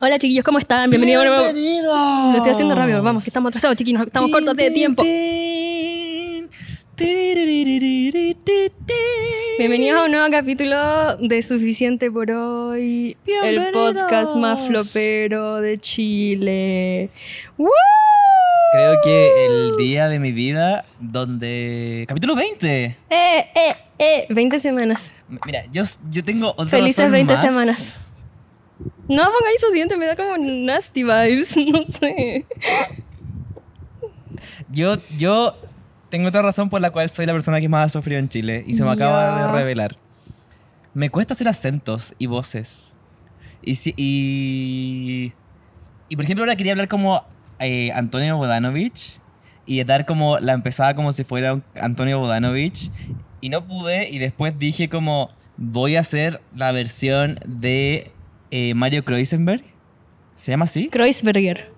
Hola chiquillos, ¿cómo están? Bienvenidos. a un nuevo- Lo estoy haciendo rápido, vamos, que estamos atrasados, chiquillos, estamos cortos de tiempo. Bienvenidos a un nuevo capítulo de Suficiente por hoy, el podcast más flopero de Chile. ¡Woo! Creo que el día de mi vida donde... Capítulo 20. Eh, eh, eh, 20 semanas. M- Mira, yo, s- yo tengo otra Felices razón 20 más. semanas. No pongáis sus dientes, me da como nasty vibes, no sé. Yo, yo tengo otra razón por la cual soy la persona que más ha sufrido en Chile y se me acaba Ya. de revelar. Me cuesta hacer acentos y voces. Y, si- y, y por ejemplo, ahora quería hablar como eh, Antonio Bodanovich y dar como la empezada como si fuera un Antonio Bodanovich. Y no pude y después dije como voy a hacer la versión de eh, Mario Kreuzenberg. ¿Se llama así? Kreuzberger.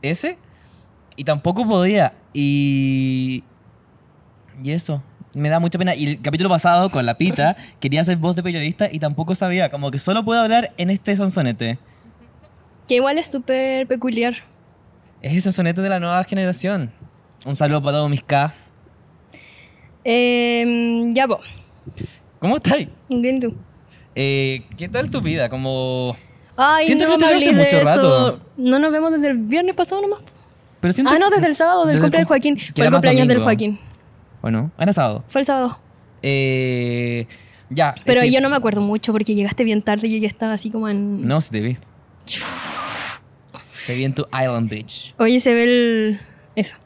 ese y tampoco podía y y eso me da mucha pena y el capítulo pasado con la pita quería hacer voz de periodista y tampoco sabía como que solo puedo hablar en este sonsonete Que igual es súper peculiar. es el sonsonete de la nueva generación un saludo para todos mis K Eh, ya, po. ¿cómo estáis? Bien tú. Eh, ¿qué tal tu vida? como Ay, Siento no que me te veo hace hablís de mucho eso. rato. No nos vemos desde el viernes pasado nomás. pero siento Ah, no, desde el sábado del Desde el cumpleaños de cum- Joaquín. que Fue el era más cumpleaños del domingo. Joaquín. bueno Ah, era sábado Fue el sábado. Eh, ya Pero sí. yo no me acuerdo mucho porque llegaste bien tarde y yo ya estaba así como en... no sí te vi te vi en tu island beach Oye, se ve el... Eso.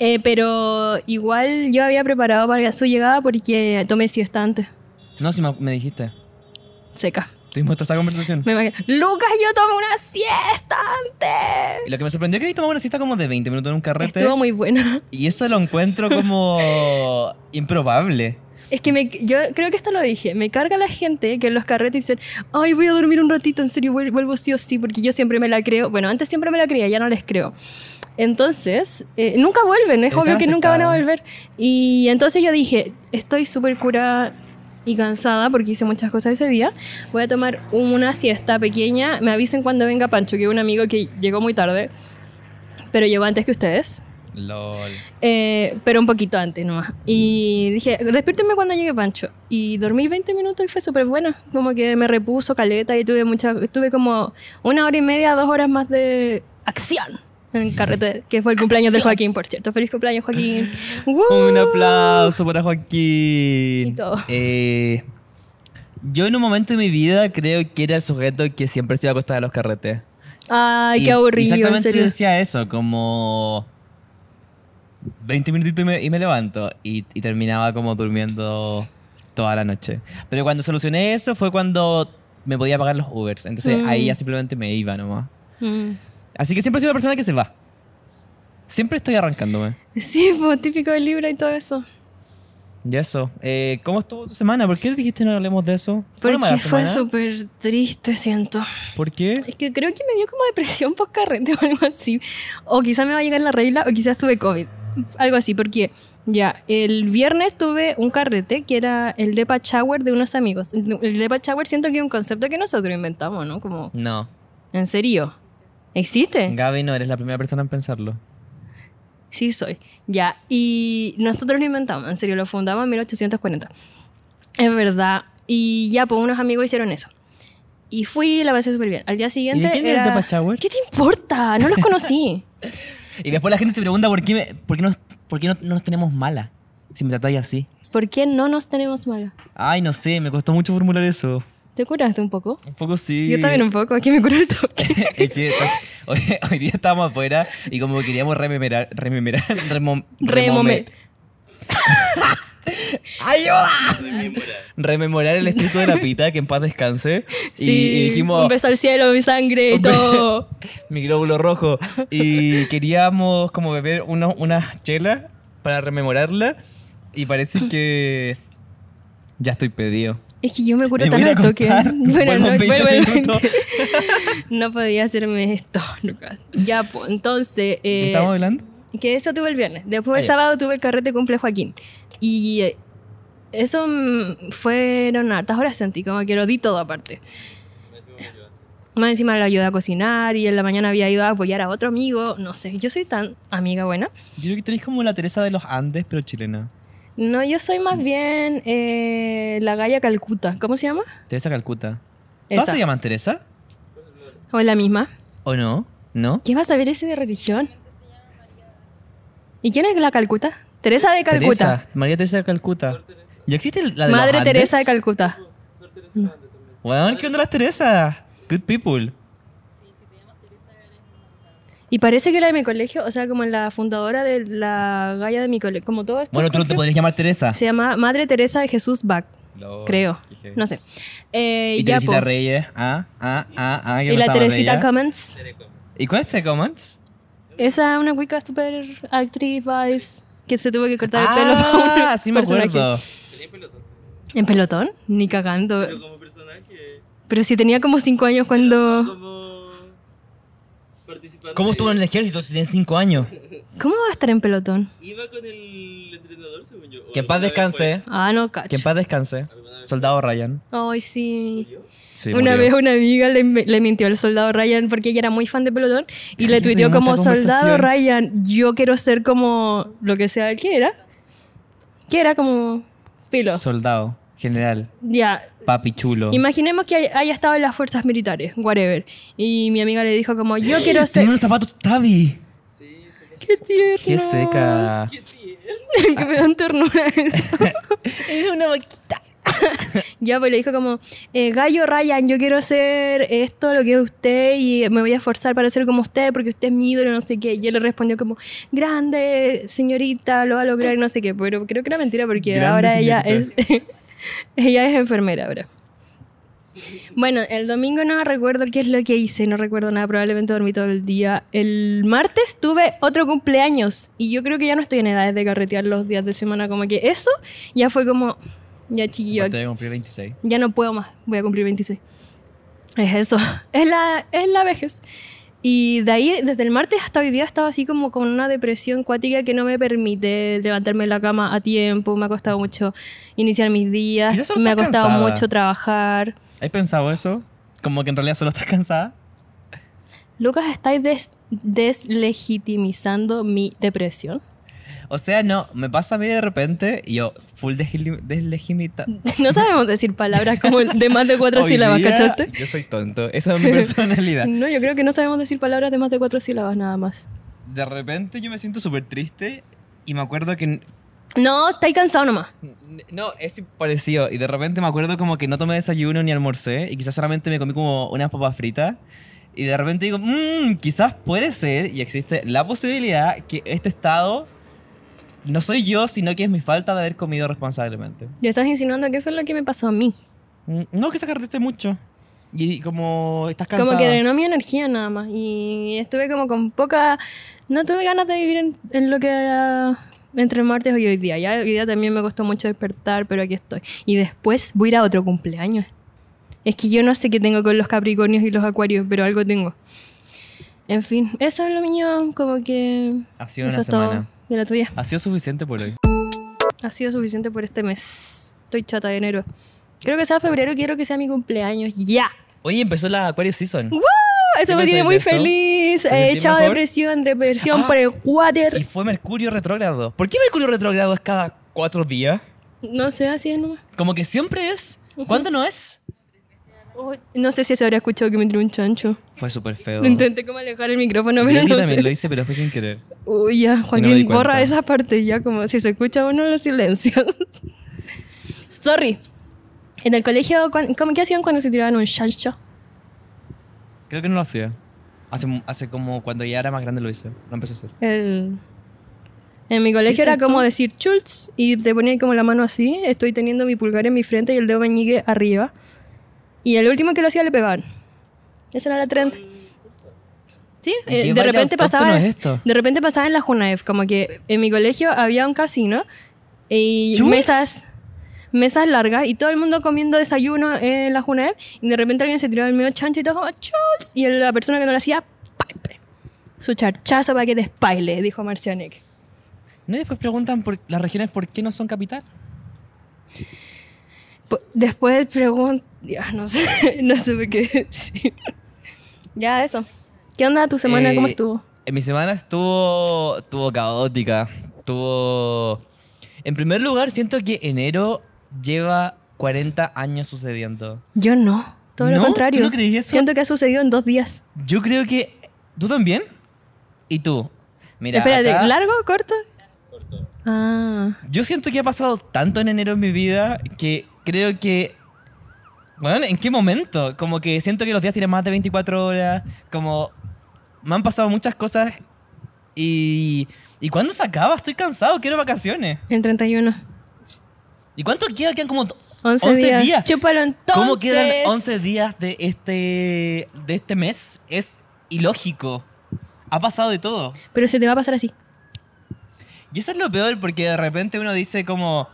Eh, pero igual yo había preparado para su llegada porque tomé siesta antes. no si me, me dijiste Seca. Tuvimos toda esa conversación. Me imagino. Lucas, yo tomé una siesta antes. Y Lo que me sorprendió es que habéis tomado una siesta como de 20 minutos en un carrete. Estuvo muy buena. Y eso lo encuentro como improbable. Es que me, yo creo que esto lo dije. Me carga la gente que en los carretes dicen, ay, voy a dormir un ratito, en serio, vuel- vuelvo sí o sí, porque yo siempre me la creo. Bueno, antes siempre me la creía, ya no les creo. Entonces, eh, nunca vuelven, es Pero obvio que están nunca van a afectados. volver. Y entonces yo dije, estoy súper curada y cansada porque hice muchas cosas ese día. Voy a tomar una siesta pequeña. Me avisen cuando venga Pancho, que es un amigo que llegó muy tarde, pero llegó antes que ustedes. LOL. Eh, pero un poquito antes nomás. Y dije, despiértenme cuando llegue Pancho. Y dormí 20 minutos y fue súper buena. Como que me repuso caleta y tuve mucha, tuve como una hora y media, dos horas más de acción en el carrete, que fue el cumpleaños de Joaquín, por cierto. Feliz cumpleaños, Joaquín. ¡Woo! Un aplauso para Y Joaquín. Uh. todo. Eh, yo en un momento de mi vida creo que era el sujeto que siempre se iba a acostar a los carretes. Ay, Y- qué aburrido, en Exactamente serio. decía eso, como 20 minutitos y me, y me levanto. Y, y terminaba como durmiendo toda la noche. Pero cuando solucioné eso fue cuando me podía pagar los Ubers. Entonces Mm. ahí ya simplemente me iba nomás. Mm. Así que siempre soy una persona que se va. Siempre estoy arrancándome. Sí, pues, típico de Libra y todo eso. Y eso. Eh, ¿Cómo estuvo tu semana? ¿Por qué dijiste no hablemos de eso? ¿Fue Porque una mala fue semana? súper triste, siento. ¿Por qué? Es que creo que me dio como depresión post carrete o algo así. O quizás me va a llegar la regla o quizás tuve COVID. Algo así, porque ya, el viernes tuve un carrete que era el Depa Shower de unos amigos. El el Depa Shower siento que es un concepto que nosotros inventamos, ¿no? Como, No. ¿en serio? ¿Existe? Gaby, no eres la primera persona en pensarlo. Sí, soy. Ya, y nosotros lo inventamos, en serio, lo fundamos en 1840. Es verdad. Y ya, pues unos amigos hicieron eso. Y fui, la pasé súper bien. Al día siguiente. quién era el Depa Shower? ¿Qué te importa? No los conocí. Y después la gente se pregunta por qué, me- por qué, nos, por qué no, no nos tenemos mala si me tratáis así. ¿Por qué no nos tenemos mala? Ay, no sé, me costó mucho formular eso. ¿Te curaste un poco? Un poco sí. Yo también un poco, aquí me curé el toque. Es que estás- hoy, hoy día estábamos afuera y como que queríamos rememorar. Rememorar. Remom, Remome. ¡Ayuda! Rememorar el espíritu de la pita, que en paz descanse. Y- y, dijimos. un beso al cielo, mi sangre y Un be- todo. Mi glóbulo rojo. Y queríamos como beber uno- unas chelas para rememorarla. Y parece que. Ya estoy pedido. Es que yo me curo Me tan voy a al toque. acostar. Bueno, Vuelvo no, en 20 vuelvo en minutos. 20. No podía hacerme esto, Lucas. Ya, pues, entonces. ¿Qué eh, estamos hablando? Que eso tuve el viernes. Después el Ah, ya. sábado tuve el carrete cumple Joaquín. Y eh, eso mm, fueron hartas horas sentí, como que lo di todo aparte. Más encima lo ayudé a cocinar y en la mañana había ido a apoyar a otro amigo. No sé, yo soy tan amiga buena. Yo creo que tenéis como la Teresa de los Andes, pero chilena. No, yo soy más bien eh, la galla Calcuta. ¿Cómo se llama? Teresa Calcuta. ¿Todas Esa. se llaman Teresa? ¿O es la misma? ¿O no? ¿No? ¿Qué vas a ver ese de religión? ¿Y quién es la Calcuta? Teresa de Calcuta. Teresa, María Teresa de Calcuta. ¿Ya existe la de los Madre Andes? Teresa de Calcuta. Weón, ¿qué onda las Teresas? Good people. Y parece que era de mi colegio, o sea, como la fundadora de la galla de mi colegio, como todo esto. Bueno, tú no te podrías llamar Teresa. Se llama Madre Teresa de Jesús Bach, Lord, creo. qué heavy. No sé. Eh, Y ya, Teresita po. Reyes. Ah, ah, ah, ah. yo Y no la estaba Teresita Reyes. Cummins. ¿Y cuál es este comments? Esa es una wicca super actriz vibes que se tuvo que cortar el pelo para Ah, un sí me personaje. acuerdo. ¿En pelotón? Ni cagando. Pero como personaje. Pero sí tenía como 5 años cuando. participando. ¿Cómo estuvo en el ejército si tienes 5 años? ¿Cómo va a estar en pelotón? Iba con el entrenador, según yo. o Que en paz alguna vez fue. descanse. Ah, no, Que en cacho. paz descanse. Soldado Ryan. Ay, sí. Sí, una murió. vez una amiga le, le mintió al soldado Ryan porque ella era muy fan de pelotón y le Yo tengo tuiteó esta como soldado conversación". Ryan, yo quiero ser como lo que sea que era. Que era como filo. Soldado. General. Ya, Papi chulo. Imaginemos que hay- haya estado en las fuerzas militares, whatever. Y mi amiga le dijo como, yo quiero Tiene ser... unos zapatos Tavi. ¡Qué tierno! Qué seca. que me dan ternura eso. es una vaquita. ya, pues le dijo como, eh, Gallo Ryan, yo quiero ser esto, lo que es usted, y me voy a esforzar para ser como usted, porque usted es mi ídolo, no sé qué. Y él le respondió como, grande, señorita, lo va a lograr, no sé qué. Pero creo que era mentira, porque Grande ahora ella señorita. es... ella es enfermera ahora. Bueno, el domingo no recuerdo qué es lo que hice, no recuerdo nada, probablemente dormí todo el día. El martes tuve otro cumpleaños y yo creo que ya no estoy en edades de carretear los días de semana, como que eso ya fue como, ya chiquillo, Aparte de cumplir 26. ya no puedo más, voy a cumplir 26. Es eso, es la, es la vejez. Y de ahí, desde el martes hasta hoy día, estaba así como con una depresión cuática que no me permite levantarme de la cama a tiempo. Me ha costado mucho iniciar mis Quizás días, solo me ha estás costado cansada. mucho trabajar. ¿Has pensado eso? Como que en realidad solo estás cansada. Lucas, ¿estáis des- deslegitimizando mi depresión? O sea, no, me pasa a mí de repente y yo, full desli- deslegimita. No sabemos decir palabras como de más de cuatro Hoy sílabas, día, ¿cachaste? Yo soy tonto, esa es mi personalidad. No, yo creo que no sabemos decir palabras de más de cuatro sílabas nada más. De repente yo me siento súper triste y me acuerdo que... No, estáis cansado nomás. No, es parecido. Y de repente me acuerdo como que no tomé desayuno ni almorcé y quizás solamente me comí como unas papas fritas. Y de repente digo, mmm, quizás puede ser y existe la posibilidad que este estado no soy yo, sino que es mi falta de haber comido responsablemente. Ya estás insinuando que eso es lo que me pasó a mí. Mm, No, que sacaste mucho. Y como estás cansada. Como que drenó mi energía nada más. Y estuve como con poca... No tuve ganas de vivir en, en lo que... ah, entre el martes y hoy día. Ya hoy día también me costó mucho despertar, pero aquí estoy. Y después voy a ir a otro cumpleaños. Es que yo no sé qué tengo con los Capricornios y los Acuarios, pero algo tengo. En fin, eso es lo mío. Como que... Ha sido eso una es todo semana. de la tuya. Ha sido suficiente por hoy. Ha sido suficiente por este mes. Estoy chata de enero. Creo que sea febrero, quiero que sea mi cumpleaños. ¡Ya! Oye, empezó la Aquarius Season. Eso ¿Qué me pensáis tiene de muy eso? feliz. ¿Te Eh, sentís chao mejor? depresión, depresión Ah. por el water. Y fue Mercurio retrógrado. ¿Por qué Mercurio retrógrado es cada cuatro días? No sé, así es nomás. Como que siempre es. ¿Cuándo no es? Oh, no sé si se habrá escuchado que me tiró un chancho. Fue súper feo. Lo intenté como alejar el micrófono, pero Yo no también lo sé. hice, pero fue sin querer. Uy, ya, me di Joaquín, cuenta. borra esa parte ya, como si se escucha uno los silencios. Sorry. En el colegio, cuan- ¿cómo, ¿qué hacían cuando se tiraban un chancho? Creo que no lo hacía. Hace, hace como cuando ya era más grande lo hice. Lo empecé a hacer. El- En mi colegio era como decir chulz y te ponía como la mano así. Estoy teniendo mi pulgar en mi frente y el dedo meñique arriba. Y el último que lo hacía le pegaban. Esa era la trend. Sí, ¿Y eh, qué de baile repente autóctono pasaba. es esto? De repente pasaba en la Junaef, como que en mi colegio había un casino y ¿Chulz? mesas mesas largas y todo el mundo comiendo desayuno en la Junaef y de repente alguien se tiró el medio chancho y todo como chulz y la persona que no lo hacía ¡pape! su charchazo para que despaile, dijo Marcianek. ¿No? Y después preguntan por las regiones por qué no son capital. Po- Después pregunto, no sé, no supe qué decir. Ya, eso. ¿Qué onda tu semana? ¿Cómo Eh, estuvo? En mi semana estuvo, estuvo caótica. Estuvo... En primer lugar, siento que enero lleva 40 años sucediendo. Yo no. Todo ¿No? lo ¿Tú contrario. no creí eso? Siento que ha sucedido en dos días. Yo creo que... ¿Tú también? ¿Y tú? Mira, Espérate, acá- ¿largo? ¿Corto? Ah. Yo siento que ha pasado tanto en enero en mi vida que creo que... Bueno, ¿en qué momento? Como que siento que los días tienen más de 24 horas, como... Me han pasado muchas cosas y... ¿Y cuándo se acaba? Estoy cansado, quiero vacaciones. El 31. ¿Y cuánto queda? Quedan como 11, 11, días. Chúpalo entonces. ¿Cómo quedan 11 días de este, de este mes? Es ilógico. Ha pasado de todo. Pero se te va a pasar así. Y eso es lo peor porque de repente uno dice como,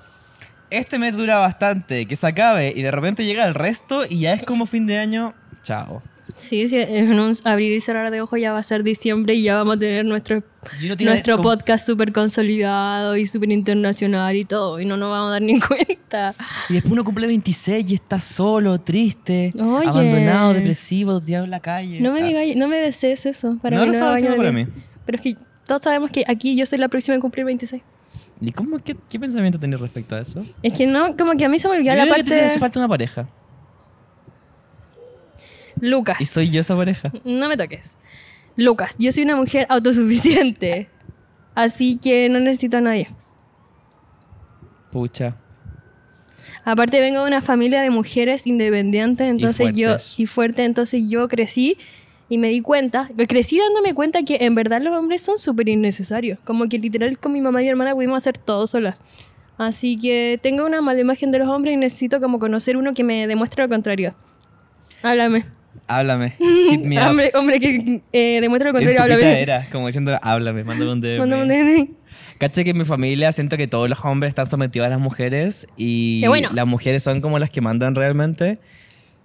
este mes dura bastante, que se acabe, y de repente llega el resto y ya es como fin de año, chao. Sí, sí, en un abrir y cerrar de ojos ya va a ser diciembre y ya vamos a tener nuestro, Y uno tiene nuestro como- podcast súper consolidado y súper internacional y todo. Y no nos vamos a dar ni cuenta. Y después uno cumple 26 y está solo, triste, Oye. abandonado, depresivo, tirado en la calle. No me Ah. digas, no me desees eso. Para No mí lo estaba daña diciendo la para vida. mí. Pero es que todos sabemos que aquí yo soy la próxima en cumplir 26. ¿Y cómo, qué, qué pensamiento tenés respecto a eso? Es que no, como que a mí se me olvidó Yo la creo que parte te hace de falta una pareja. Lucas. Y soy yo esa pareja. No me toques. Lucas, yo soy una mujer autosuficiente. Así que no necesito a nadie. Pucha. Aparte vengo de una familia de mujeres independientes, entonces yo fuertes. y fuerte, entonces yo crecí y me di cuenta, crecí dándome cuenta que en verdad los hombres son súper innecesarios, como que literal con mi mamá y mi hermana pudimos hacer todo solas. Así que tengo una mala imagen de los hombres y necesito como conocer uno que me demuestre lo contrario. Háblame. Háblame. Hit me up. Hombre, hombre que eh, demuestre lo contrario, En tu eh, háblame. pitadera, como diciendo, háblame, mándame un DM. Mándame un DM. Caché que en mi familia siento que todos los hombres están sometidos a las mujeres y Qué bueno. las mujeres son como las que mandan realmente.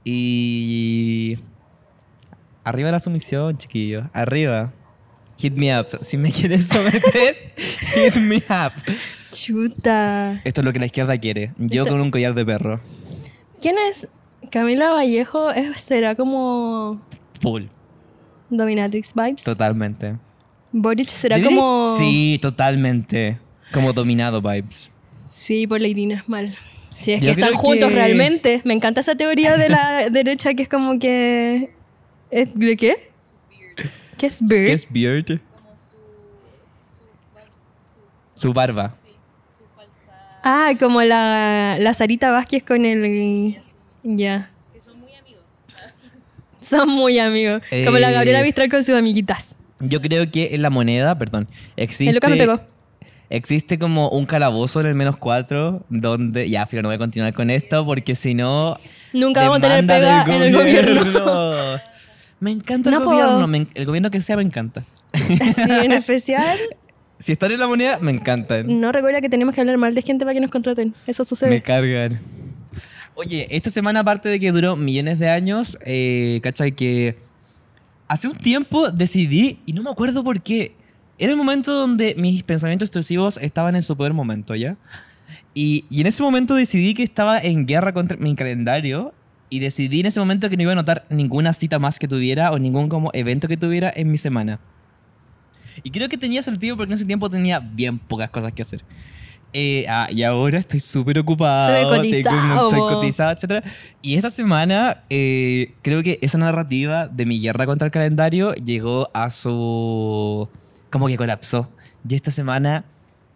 Y. Arriba la sumisión, chiquillo. Arriba. Hit me up. Si me quieres someter, hit me up. Chuta. Esto es lo que la izquierda quiere. Yo Esto- con un collar de perro. ¿Quién es Camila Vallejo? Eh, ¿Será como Full. Dominatrix Vibes? Totalmente. Boric será Yo diría- como... Sí, totalmente. Como dominado vibes. Sí, por la Irina es mal. Sí, es Yo que están creo juntos que- realmente. Me encanta esa teoría de la derecha que es como que... ¿Eh, ¿De qué? ¿Qué es ¿Qué Bird? es beard? Su barba. Ah, como la, la Sarita Vázquez con el... Ya. Son muy amigos. Como la Eh. Gabriela Mistral con sus amiguitas. Yo creo que en la moneda, perdón, existe. El Lucas me pegó. Existe como un calabozo en el menos cuatro donde. Ya, pero no voy a continuar con esto porque si no. Nunca vamos a tener demanda pega del en el gobierno. Me encanta el No, po. gobierno. me en- el gobierno que sea me encanta. Sí, en especial, Si están en la moneda, me encantan. no recuerda que tenemos que hablar mal de gente para que nos contraten. Eso Me sucede. cargan. Oye, esta semana, aparte de que duró millones de años, eh, ¿cachai? Que hace un tiempo decidí, y no me acuerdo por qué, era el momento donde mis pensamientos extrusivos estaban en su peor momento, ¿ya? Y, y en ese momento decidí que estaba en guerra contra mi calendario y decidí en ese momento que no iba a anotar ninguna cita más que tuviera o ningún como evento que tuviera en mi semana. Y creo que tenía sentido porque en ese tiempo tenía bien pocas cosas que hacer. Eh, ah, y ahora estoy súper ocupado. Soy tengo- cotizado, soy vos. cotizado, etc. Y esta semana eh, creo que esa narrativa de mi guerra contra el calendario llegó a su... como que colapsó. Y esta semana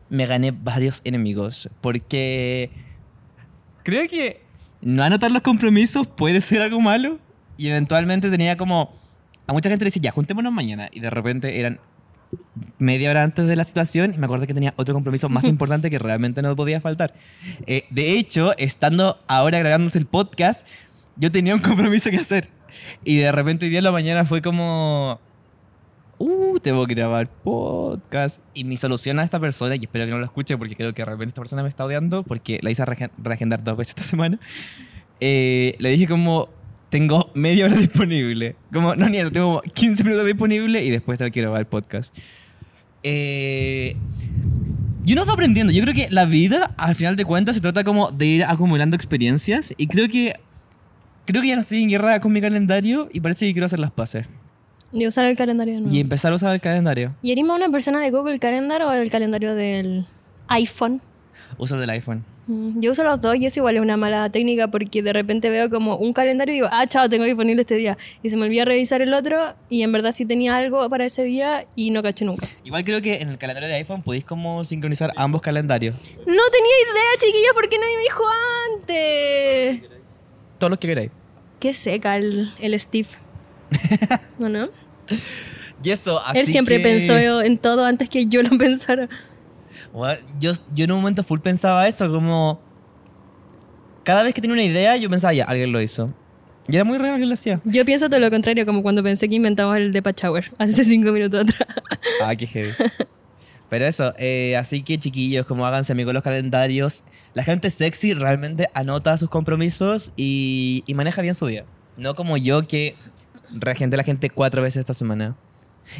me gané varios enemigos. Porque creo que no anotar los compromisos puede ser algo malo. Y eventualmente tenía como... A mucha gente le decía, ya, juntémonos mañana. Y de repente eran media hora antes de la situación y me acordé que tenía otro compromiso más importante que realmente no podía faltar. Eh, de hecho, estando ahora grabándose el podcast, yo tenía un compromiso que hacer. Y de repente hoy día en la mañana fue como... Uh, tengo que grabar podcast. Y mi solución a esta persona, y espero que no lo escuche porque creo que realmente esta persona me está odiando porque la hice reagen- reagendar dos veces esta semana, eh, le dije como, tengo media hora disponible. Como, no, ni eso, tengo como 15 minutos disponible y después tengo que grabar podcast. Eh, y uno va aprendiendo. Yo creo que la vida, al final de cuentas, se trata como de ir acumulando experiencias. Y creo que. Creo que ya no estoy en guerra con mi calendario y parece que quiero hacer las paces. De usar el calendario de nuevo. Y empezar a usar el calendario. ¿Y eres más una persona de Google Calendar o del calendario del iPhone? Usa el del iPhone. Mm, Yo uso los dos y eso igual es una mala técnica porque de repente veo como un calendario y digo, ah, chao, tengo disponible este día. Y se me olvida revisar el otro y en verdad sí tenía algo para ese día y no caché nunca. Igual creo que en el calendario de iPhone podéis como sincronizar ambos calendarios. No tenía idea, chiquillos, porque nadie me dijo antes. Todos los que queráis. Qué seca el, el Steve. ¿No, no? Y eso, así Él siempre que- pensó en todo antes que yo lo pensara. Bueno, yo, yo en un momento full pensaba eso, como... Cada vez que tenía una idea, yo pensaba, ya, alguien lo hizo. Y era muy real que lo hacía. Yo pienso todo lo contrario, como cuando pensé que inventamos el de Shower hace cinco minutos atrás. Ah, qué heavy. Pero eso, eh, así que chiquillos, como háganse amigos de los calendarios. La gente sexy realmente anota sus compromisos y, y maneja bien su día. No como yo que regenté a la gente cuatro veces esta semana.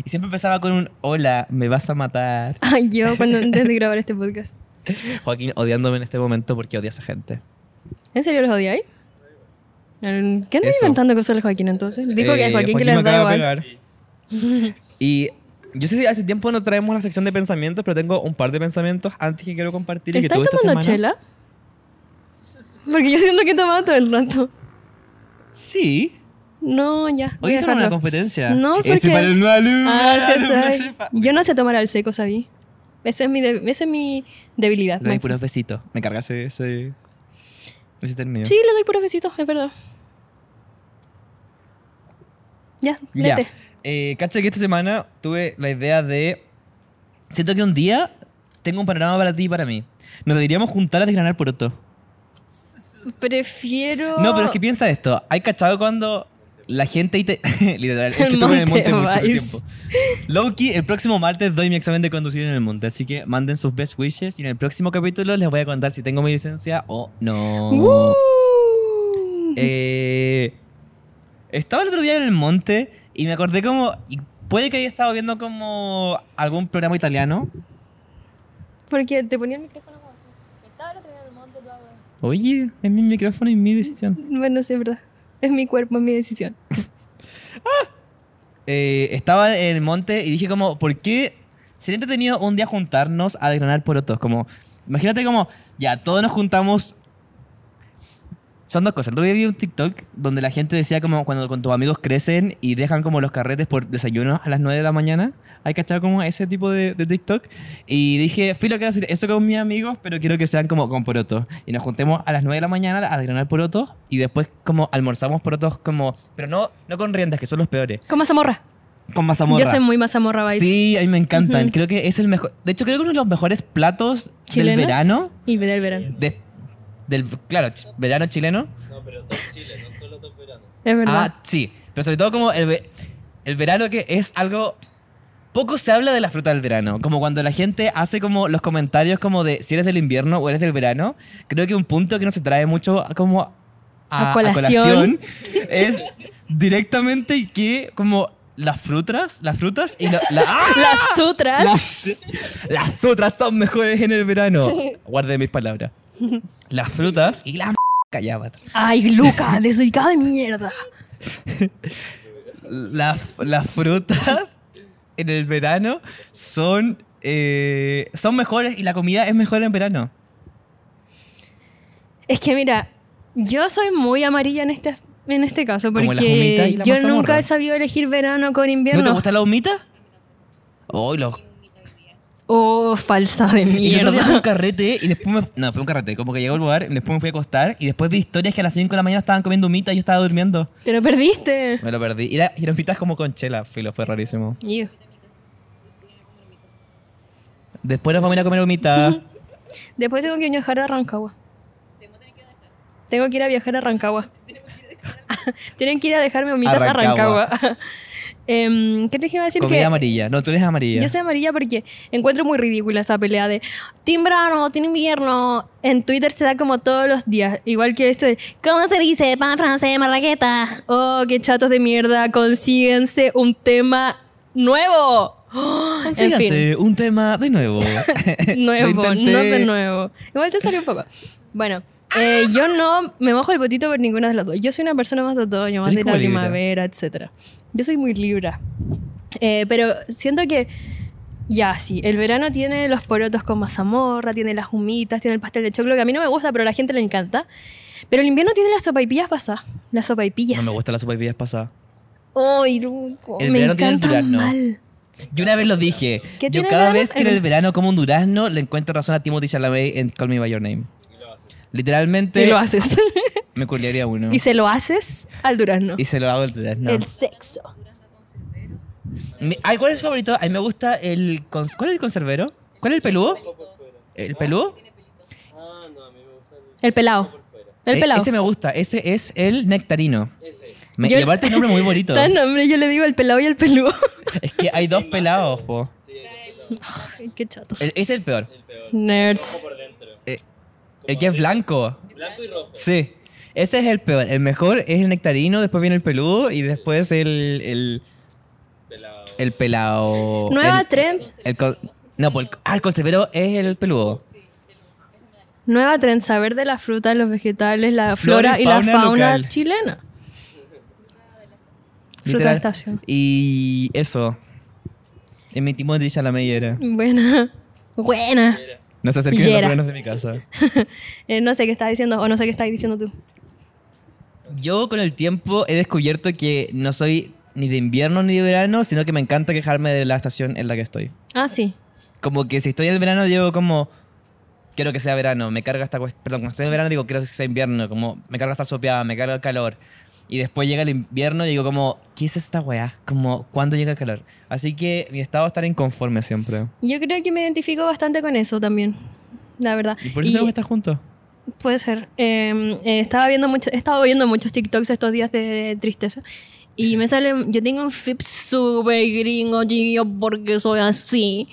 Y siempre empezaba con un hola, me vas a matar. Ay, yo cuando antes de grabar este podcast. Joaquín odiándome en este momento porque odia a esa gente. ¿En serio los odiáis? Mm, ¿Qué anda Eso. inventando cosas el Joaquín entonces? Dijo que Eh, el Joaquín, que me les da acaba de igual. pegar. Y yo sé si hace tiempo no traemos la sección de pensamientos, pero tengo un par de pensamientos antes que quiero compartir. y que ¿Estás tuve esta tomando semana. chela? Porque yo siento que he tomado todo el rato. Sí. No, ya. voy Hoy a estamos en una dejarlo. competencia. No, Ese porque- para el nuevo alumno, Ah, sí, el alumno está ahí. sepa. Yo no sé tomar al seco, ¿sabí? Esa es mi, de- esa es mi debilidad. Le doy máxima. puros besitos. Me cargas eh, ese. Ese término. Sí, le doy puros besitos, es verdad. Ya, Ya. léete. Eh, cacha que esta semana tuve la idea de. Siento que un día tengo un panorama para ti y para mí. Nos deberíamos juntar a desgranar poroto. Prefiero. No, pero es que piensa esto. Hay cachado cuando la gente ahí te. Literal, es que El estuve en el monte monte mucho Vibes. tiempo. Loki, el próximo martes doy mi examen de conducir en el monte, así que manden sus best wishes y en el próximo capítulo les voy a contar si tengo mi licencia o no. ¡Woo! Eh, estaba el otro día en el monte y me acordé como. y puede que haya estado viendo como algún programa italiano. Porque te ponía el micrófono como así. Estaba el otro día en el monte, bla, bla. Oye, es mi micrófono y mi decisión. Bueno, sí, es verdad. Es mi cuerpo, es mi decisión. Eh, estaba en el monte y dije como, ¿por qué sería entretenido un día juntarnos a desgranar porotos? Como, imagínate como, ya, todos nos juntamos... Son dos cosas. El otro día vi un TikTok donde la gente decía como cuando con tus amigos crecen y dejan como los carretes por desayunos a las 9 de la mañana. Hay que echar como ese tipo de, de TikTok. Y dije, filo, quiero hacer esto con mis amigos, pero quiero que sean como con porotos. Y nos juntemos a las 9 de la mañana a desgranar porotos y después como almorzamos porotos como... Pero no, no con riendas, que son los peores. Con mazamorra. Con mazamorra. Yo soy muy mazamorra vibes. Sí, a mí me encantan. Creo que es el mejor. De hecho, creo que uno de los mejores platos Chilenos del verano. Y del verano. de- del, claro, ch- verano chileno. No, pero todo Chile, no solo todo verano. Es verdad. Ah, sí. Pero sobre todo como el, ve- el verano que es algo... Poco se habla de la fruta del verano. Como cuando la gente hace como los comentarios como de si eres del invierno o eres del verano. Creo que un punto que no se trae mucho a- como a, A colación. colación es directamente que como las frutas, las frutas y la... la- ¡Ah! Las sutras. Las, las frutas son mejores en el verano. Guarde mis palabras. Las frutas y la m- callaba. Ay, Luca, desubicado de mierda. Las, las frutas en el verano son, eh, son mejores y la comida es mejor en verano. Es que mira, yo soy muy amarilla en este, en este caso Como las humitas y porque la yo mazamorra. nunca he sabido elegir verano con ¿No invierno. te gusta la humita? Oh, lo- Oh, falsa de Y yo mierda. fui a un carrete y después me... No, fue un carrete. Como que llegó el lugar, después me fui a acostar y después vi historias que a las 5 de la mañana estaban comiendo humita y yo estaba durmiendo. Te lo perdiste. Me lo perdí. Y la, y la humita es como con chela, filo. Fue rarísimo. Ew. Después nos vamos a ir a comer humita. Después tengo que viajar a Rancagua. Tengo que ir a viajar a Rancagua. Tienen que ir a dejarme humitas a Rancagua. Rancagua. Em, ¿Qué te iba a decir? Comida que amarilla. No, tú eres amarilla. yo soy amarilla porque encuentro muy ridícula esa pelea de timbrano, tiene invierno. En Twitter se da como todos los días. Igual que este de, ¿cómo se dice pan francés marraqueta? Oh, qué chatos de mierda. Consíguense un tema nuevo. Oh, en Síganse, fin. un tema de nuevo. nuevo, Lo no intenté. de nuevo. Igual te salió un poco. Bueno, Eh, yo no me mojo el botito por ninguna de las dos. Yo soy una persona más de otoño, más Eres de la como Libra. primavera, etc. Yo soy muy libra. Eh, pero siento que, ya, sí, el verano tiene los porotos con mazamorra, tiene las humitas, tiene el pastel de choclo, que a mí no me gusta, pero a la gente le encanta. Pero el invierno tiene las sopaipillas pasadas. Las sopaipillas. No me gustan las sopaipillas pasadas. ¡Ay, Ruco! El me verano tiene el encantan durazno. mal. Yo una vez lo dije. ¿Qué Yo tiene cada el vez que en el verano? verano como un durazno le encuentro razón a Timothy Chalamet en Call Me By Your Name. Literalmente Y lo haces. me culiaría uno. y se lo haces al durazno. Y se lo hago el durazno. El sexo. Mi- ay, ¿Cuál es su favorito? A mí me gusta el... cons- ¿Cuál es el conservero? ¿Cuál es el peludo? ¿El peludo? Ah, no, a mí me gusta el El pelado. por fuera. El E- pelado. Ese me gusta. Ese es el nectarino. Ese. Me, Yo- y aparte el nombre muy bonito. eh. Tan nombre, yo le digo el pelado y el peludo. Es que hay dos pelados, po. Sí, el, Ay, Qué chatos. El- es el peor. el peor. Nerds. Rojo por dentro. Eh, El que es blanco. Blanco y rojo. Sí. Ese es el peor. El mejor es el nectarino, después viene el peludo y después el, el, Pelado. el pelado. Nueva el, trend. el con- no, pues el, ah, el conservero es el peludo. Nueva trend, saber de las frutas, los vegetales, la Flora flora, y y, la fauna fauna local. chilena. Fruta de Literal. estación. Y eso. En mi Timothy Chalamet era. Buena. Buena. No se acerquen a los Yera. problemas de mi casa. Eh, no sé qué estás diciendo o no sé qué estás diciendo tú. Yo con el tiempo he descubierto que no soy ni de invierno ni de verano, sino que me encanta quejarme de la estación en la que estoy. Ah, sí. Como que si estoy en el verano, digo como, quiero que sea verano, me carga esta cuestión. Perdón, cuando estoy en el verano, digo, quiero que sea invierno, como, me carga estar sopeada, me carga el calor. Y después llega el invierno y digo como, ¿qué es esta weá? Como, ¿cuándo llega el calor? Así que mi estado es estar inconforme siempre. Yo creo que me identifico bastante con eso también. La verdad. Y por eso Y- tenemos que estar juntos. Puede ser. Eh, eh, estaba viendo mucho, he estado viendo muchos TikToks estos días de tristeza. Y me salen. Yo tengo un flip súper gringo, chiquillo, porque soy así.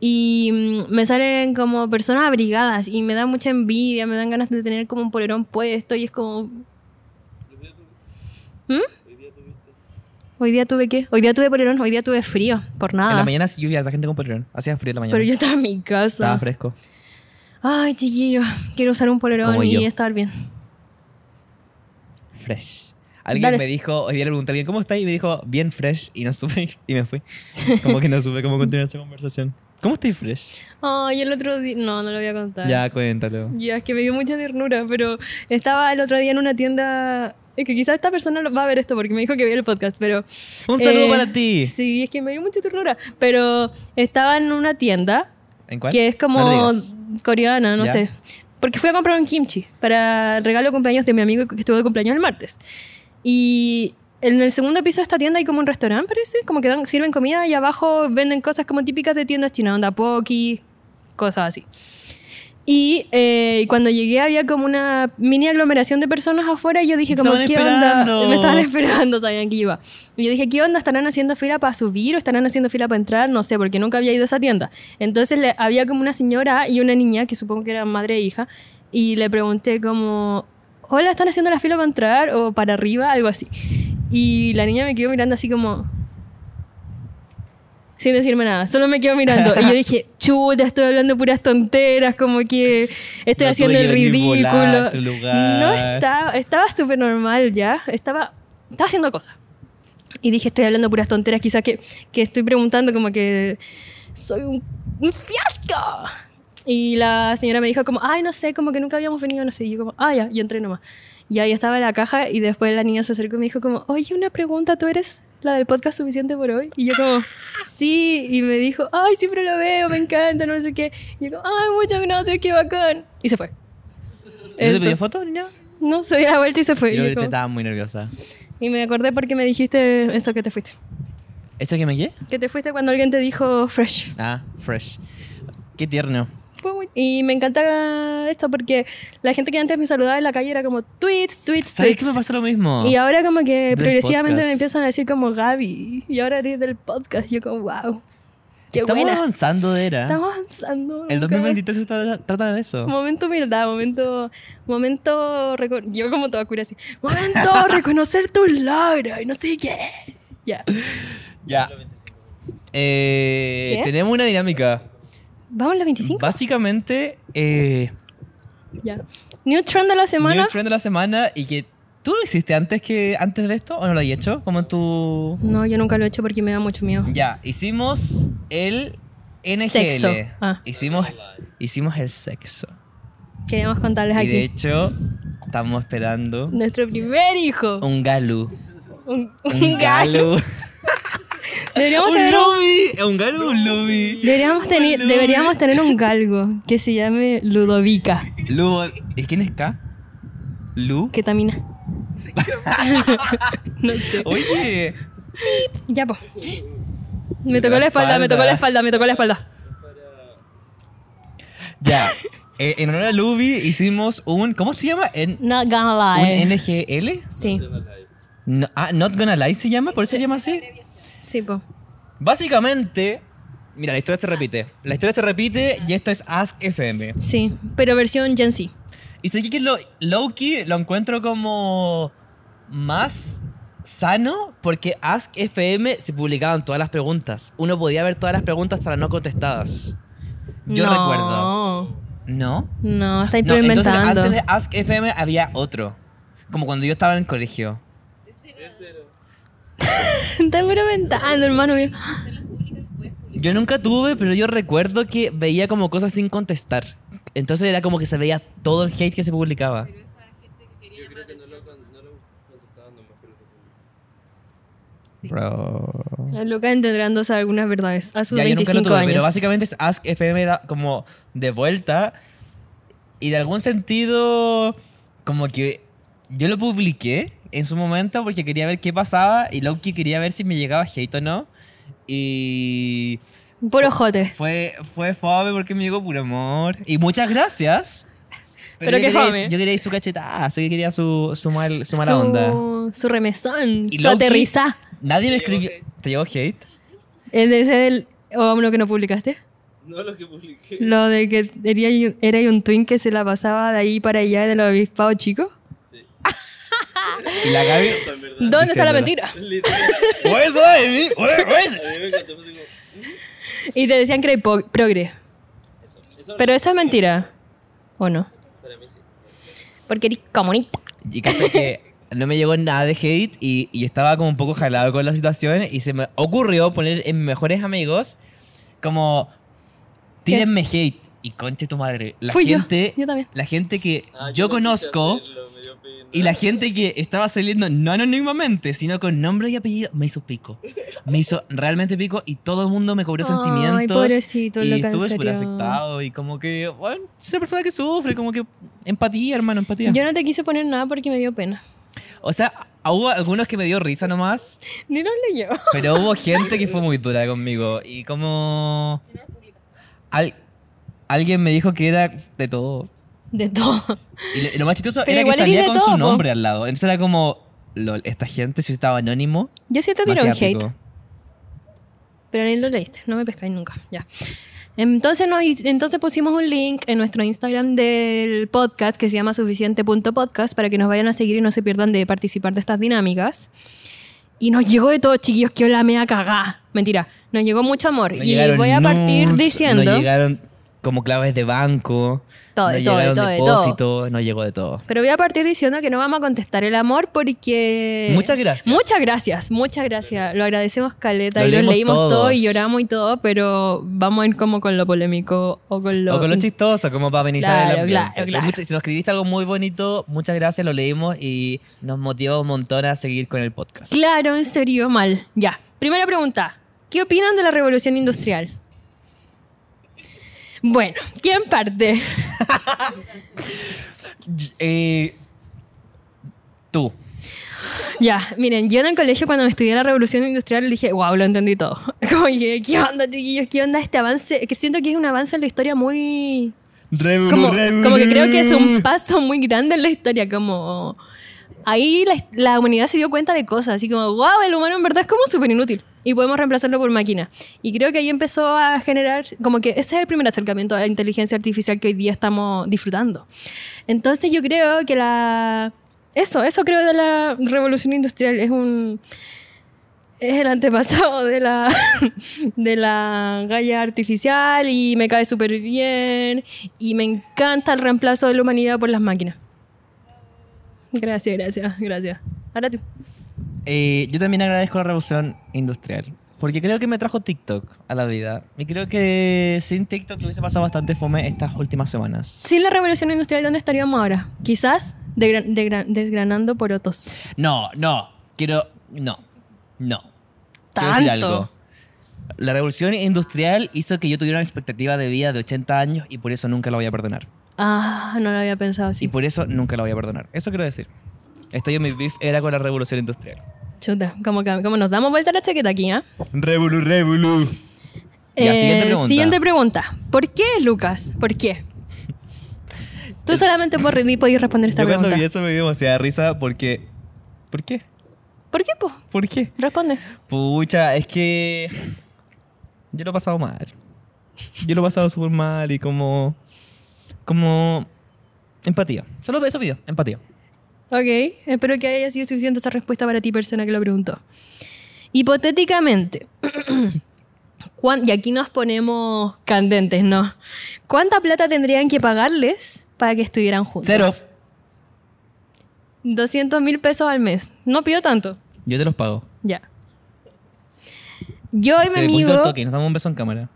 Y mm, me salen como personas abrigadas. Y me da mucha envidia, me dan ganas de tener como un polerón puesto. Y es como. ¿Mm? Hoy día tuve qué? Hoy día tuve polerón, hoy día tuve frío, por En nada. la mañana sí llovía, la gente con polerón. Hacía frío en la mañana. Ah. Pero yo estaba en mi Estaba casa. fresco. Ay, chiquillo, quiero usar un Como polerón y yo. estar bien. Fresh. Alguien Dale. me dijo, hoy día le pregunté a alguien, ¿cómo está? Y me dijo, bien fresh. Y no supe, y me fui. Como que no supe cómo continuar esta conversación. ¿Cómo estoy fresh? Ay, el otro día. No, no lo voy a contar. Ya, cuéntalo. Ya, es que me dio mucha ternura, pero estaba el otro día en una tienda. Es que quizás esta persona lo- va a ver esto porque me dijo que vio el podcast, pero. eh, Un saludo para ti. Sí, es que me dio mucha ternura. Pero estaba en una tienda ¿En cuál? que es No como le digas. coreana, no Ya. sé. Porque fui a comprar un kimchi para el regalo de cumpleaños de mi amigo que estuvo de cumpleaños el martes. Y en el segundo piso de esta tienda hay como un restaurante, parece, como que dan- sirven comida y abajo venden cosas como típicas de tiendas chinas, onda poki, cosas así. Y eh, cuando llegué había como una mini aglomeración de personas afuera y yo dije Te como, estaban ¿qué esperando". onda? Me estaban esperando, sabían que iba. Y yo dije, ¿qué onda? ¿Estarán haciendo fila para subir o estarán haciendo fila para entrar? No sé, porque nunca había ido a esa tienda. Entonces le- había como una señora y una niña, que supongo que eran madre e hija, y le pregunté como, hola, ¿están haciendo la fila para entrar o para arriba? Algo así. Y la niña me quedó mirando así como, sin decirme nada, solo me quedo mirando. Y yo dije, chuta, estoy hablando puras tonteras, como que estoy No haciendo tuve el que venir ridículo. volar a tu lugar. No estaba, estaba súper normal ya, estaba, estaba haciendo cosas. Y dije, estoy hablando puras tonteras, quizás que, que estoy preguntando como que soy un, un fiasco. Y la señora me dijo como, ay, no sé, como que nunca habíamos venido, no sé. Y yo como, ah, ya, yo entré nomás. Y ahí estaba en la caja y después la niña se acercó y me dijo como, oye, una pregunta, ¿tú eres la del podcast suficiente por hoy? Y yo como, sí. Y me dijo, ay, siempre lo veo, me encanta, no sé qué. Y yo como, ay, muchas gracias, qué bacán. Y se fue. ¿No te Eso. pidió foto, niña? No, se dio la vuelta y se fue. Yo Y yo ahorita como- estaba muy nerviosa. y me acordé porque me dijiste eso que te fuiste. ¿Eso que me qué? Que te fuiste cuando alguien te dijo fresh. Ah, fresh. Qué tierno. Fue muy- Y me encanta esto porque la gente que antes me saludaba en la calle era como tweets, tweets, ¿Sabes tweets. que me pasó lo mismo? Y ahora como que Del progresivamente podcast. me empiezan a decir como Gaby. Y ahora eres del podcast. Yo como, wow. Qué Estamos buena. avanzando, era. Estamos avanzando. El nunca. 2023 se tra- trata de eso. Momento humildad, momento... Momento... reco- Yo como toda cura así. Momento reconocer tus logros y no sé qué. Ya. Ya. Eh, ¿Qué? tenemos una dinámica. Vamos a los 25. Básicamente, eh, Ya. New trend de la semana. New trend de la semana y que tú lo hiciste antes que antes de esto o no lo has hecho como en tu No, yo nunca lo he hecho porque me da mucho miedo. ya hicimos el NGL Sexo. Ah. hicimos hicimos el sexo Queríamos contarles y de aquí. hecho estamos esperando Nuestro primer hijo. un galu Un, un gallo. galu Deberíamos un tener un- lobby un galu un lobby Deberíamos, tener, Ludovic. deberíamos tener un galgo que se llame Ludovica. Lu ¿y quién es K? Lu Ketamina. no sé. oye Ya, po. Me tocó la espalda, me tocó la espalda, me tocó la espalda. ya Eh, en honor a Luby hicimos un ¿cómo se llama? En, Not gonna un lie. NGL Sí, No- ah, Not Gonna Lie se llama, por eso se llama así. sí, po. Básicamente, mira, la historia se repite. La historia se repite y esto es Ask FM. Sí, pero versión Gen Z. Y sé que lo, Loki lo encuentro como más sano porque Ask FM se publicaban todas las preguntas. Uno podía ver todas las preguntas hasta las no contestadas. Yo No. recuerdo. ¿No? No, está No, entonces implementando. antes de Ask FM había otro. Como cuando yo estaba en el colegio. está implementando, hermano mío. Yo nunca tuve, pero yo recuerdo que veía como cosas sin contestar. Entonces era como que se veía todo el hate que se publicaba. Yo creo que no lo, con- no lo contestaban nomás, pero lo Bro. Lucas enterándose algunas verdades a sus Ya, yo nunca 25 lo tuve, años. pero básicamente es Ask FM da como de vuelta. Y de algún sentido, como que yo lo publiqué en su momento porque quería ver qué pasaba y Loki quería ver si me llegaba hate o no. Y Puro jote. Fue, fue fome porque me llegó puro amor. Y muchas gracias. Pero yo qué quería- fome. Yo quería su cachetazo, yo quería su, su, mal, su mala Su- onda. Su remesón, Y su low-key, aterriza. Nadie me ¿Te llegó escribió. ¿Te llegó hate? El de ese del. O uno que no publicaste. No lo que publiqué. Lo de que era, era un twin que se la pasaba de ahí para allá de los obispados chicos. Ah, Sí. Y la Gaby. En verdad. ¿Dónde está la Diciéndola. mentira? Literal. "Oye, eso de mí, oye, oye, eso". A mí me encantó. fue así como, Y te decían que era hipo- progre. Eso Pero eso es mentira. ¿O no? para mí sí. Porque eres comunista. Y caché que no me llegó nada de hate y, y estaba como un poco jalado con la situación. Y se me ocurrió poner en mis mejores amigos como. Tírenme hate. Y conche tu madre. La Fui yo, gente. yo también. la gente que Ah, yo no quise conozco. hacerlo, me dio pena. Y la gente que estaba saliendo no anónimamente, sino con nombre y apellido, me hizo pico. Me hizo realmente pico y todo el mundo me cobró Ay, sentimientos. pobrecito, y loca, en estuve súper serio. afectado y como que, bueno, es una persona que sufre, como que empatía, hermano, empatía. Yo no te quise poner nada porque me dio pena. O sea, hubo algunos que me dio risa nomás, Ni lo leyó. pero hubo gente que fue muy dura conmigo y como... Al- alguien me dijo que era de todo. De todo. Y lo- lo más chistoso Pero era que igual eres salía de con todo, su po. nombre al lado. Entonces era como, lol, esta gente si estaba anónimo. Yo sí te me tiré un hacía hate, pico. pero ni lo leíste. No me pescáis nunca. Ya. Entonces, nos, hi- entonces pusimos un link en nuestro Instagram del podcast que se llama suficiente.podcast para que nos vayan a seguir y no se pierdan de participar de estas dinámicas. Y nos llegó de todo, chiquillos, que hola me ha cagá. Mentira, nos llegó mucho amor. No y llegaron voy a partir nudes, diciendo... No llegaron como claves de banco. Todo, no de todo, de llegaron todo, de depósitos, no llegó de todo. Pero voy a partir diciendo que no vamos a contestar el amor porque... Muchas gracias. Muchas gracias, muchas gracias. Lo agradecemos, Caleta, Lo y lo leímos leímos todo todos. y lloramos y todo, pero vamos a ir como con lo polémico o con lo... O con lo chistoso, como para venir a Claro, claro, claro. Si nos escribiste algo muy bonito, muchas gracias, lo leímos y nos motivó un montón a seguir con el podcast. Claro, en serio, mal. Ya. Primera pregunta. ¿Qué opinan de la revolución industrial? Bueno, ¿quién parte? Eh, tú. Ya, miren, yo en el colegio cuando me estudié la revolución industrial dije, wow, lo entendí todo. Como que, ¿qué onda, chiquillos? ¿Qué onda este avance? Que siento que es un avance en la historia muy... Como, como que creo que es un paso muy grande en la historia, como... Ahí la, la humanidad se dio cuenta de cosas, así como, wow, el humano en verdad es como súper inútil y podemos reemplazarlo por máquina. Y creo que ahí empezó a generar, como que ese es el primer acercamiento a la inteligencia artificial que hoy día estamos disfrutando. Entonces yo creo que la... Eso, eso creo de la revolución industrial es un... es el antepasado de la, de la galla artificial y me cae súper bien y me encanta el reemplazo de la humanidad por las máquinas. Gracias, gracias, gracias. Ahora tú. Eh, yo también agradezco la revolución industrial. Porque creo que me trajo TikTok a la vida. Y creo que sin TikTok me hubiese pasado bastante fome estas últimas semanas. Sin la revolución industrial, ¿dónde estaríamos ahora? Quizás desgran- desgran- desgranando porotos. No, no. Quiero. No. No. Quiero Tanto. decir algo. La revolución industrial hizo que yo tuviera una expectativa de vida de 80 años y por eso nunca la voy a perdonar. Ah, no lo había pensado Y así. por eso nunca la voy a perdonar. Eso quiero decir. Estoy en mi beef era con la revolución industrial. Chuta, como, que- como nos damos vuelta la chaqueta aquí, ¿ah? Revolu, revolu. Ya, Eh, siguiente pregunta. siguiente pregunta. ¿Por qué, Lucas? ¿Por qué? Tú solamente por rendir podías responder esta Yo cuando pregunta. vi eso me dio demasiada risa porque... ¿Por qué? ¿Por qué, po? ¿Por qué? Responde. Pucha, es que... Yo lo he pasado mal. Yo lo he pasado súper mal y como... Como... Empatía. Solo eso pido, empatía. Ok, espero que haya sido suficiente esa respuesta para ti, persona que lo preguntó. Hipotéticamente, cuán- y aquí nos ponemos candentes, ¿no? ¿Cuánta plata tendrían que pagarles para que estuvieran juntos? Cero. 200 mil pesos al mes. No pido tanto. Yo te los pago. Ya. Yo y mi Te deposito amigo. el toque. Nos damos un beso en cámara.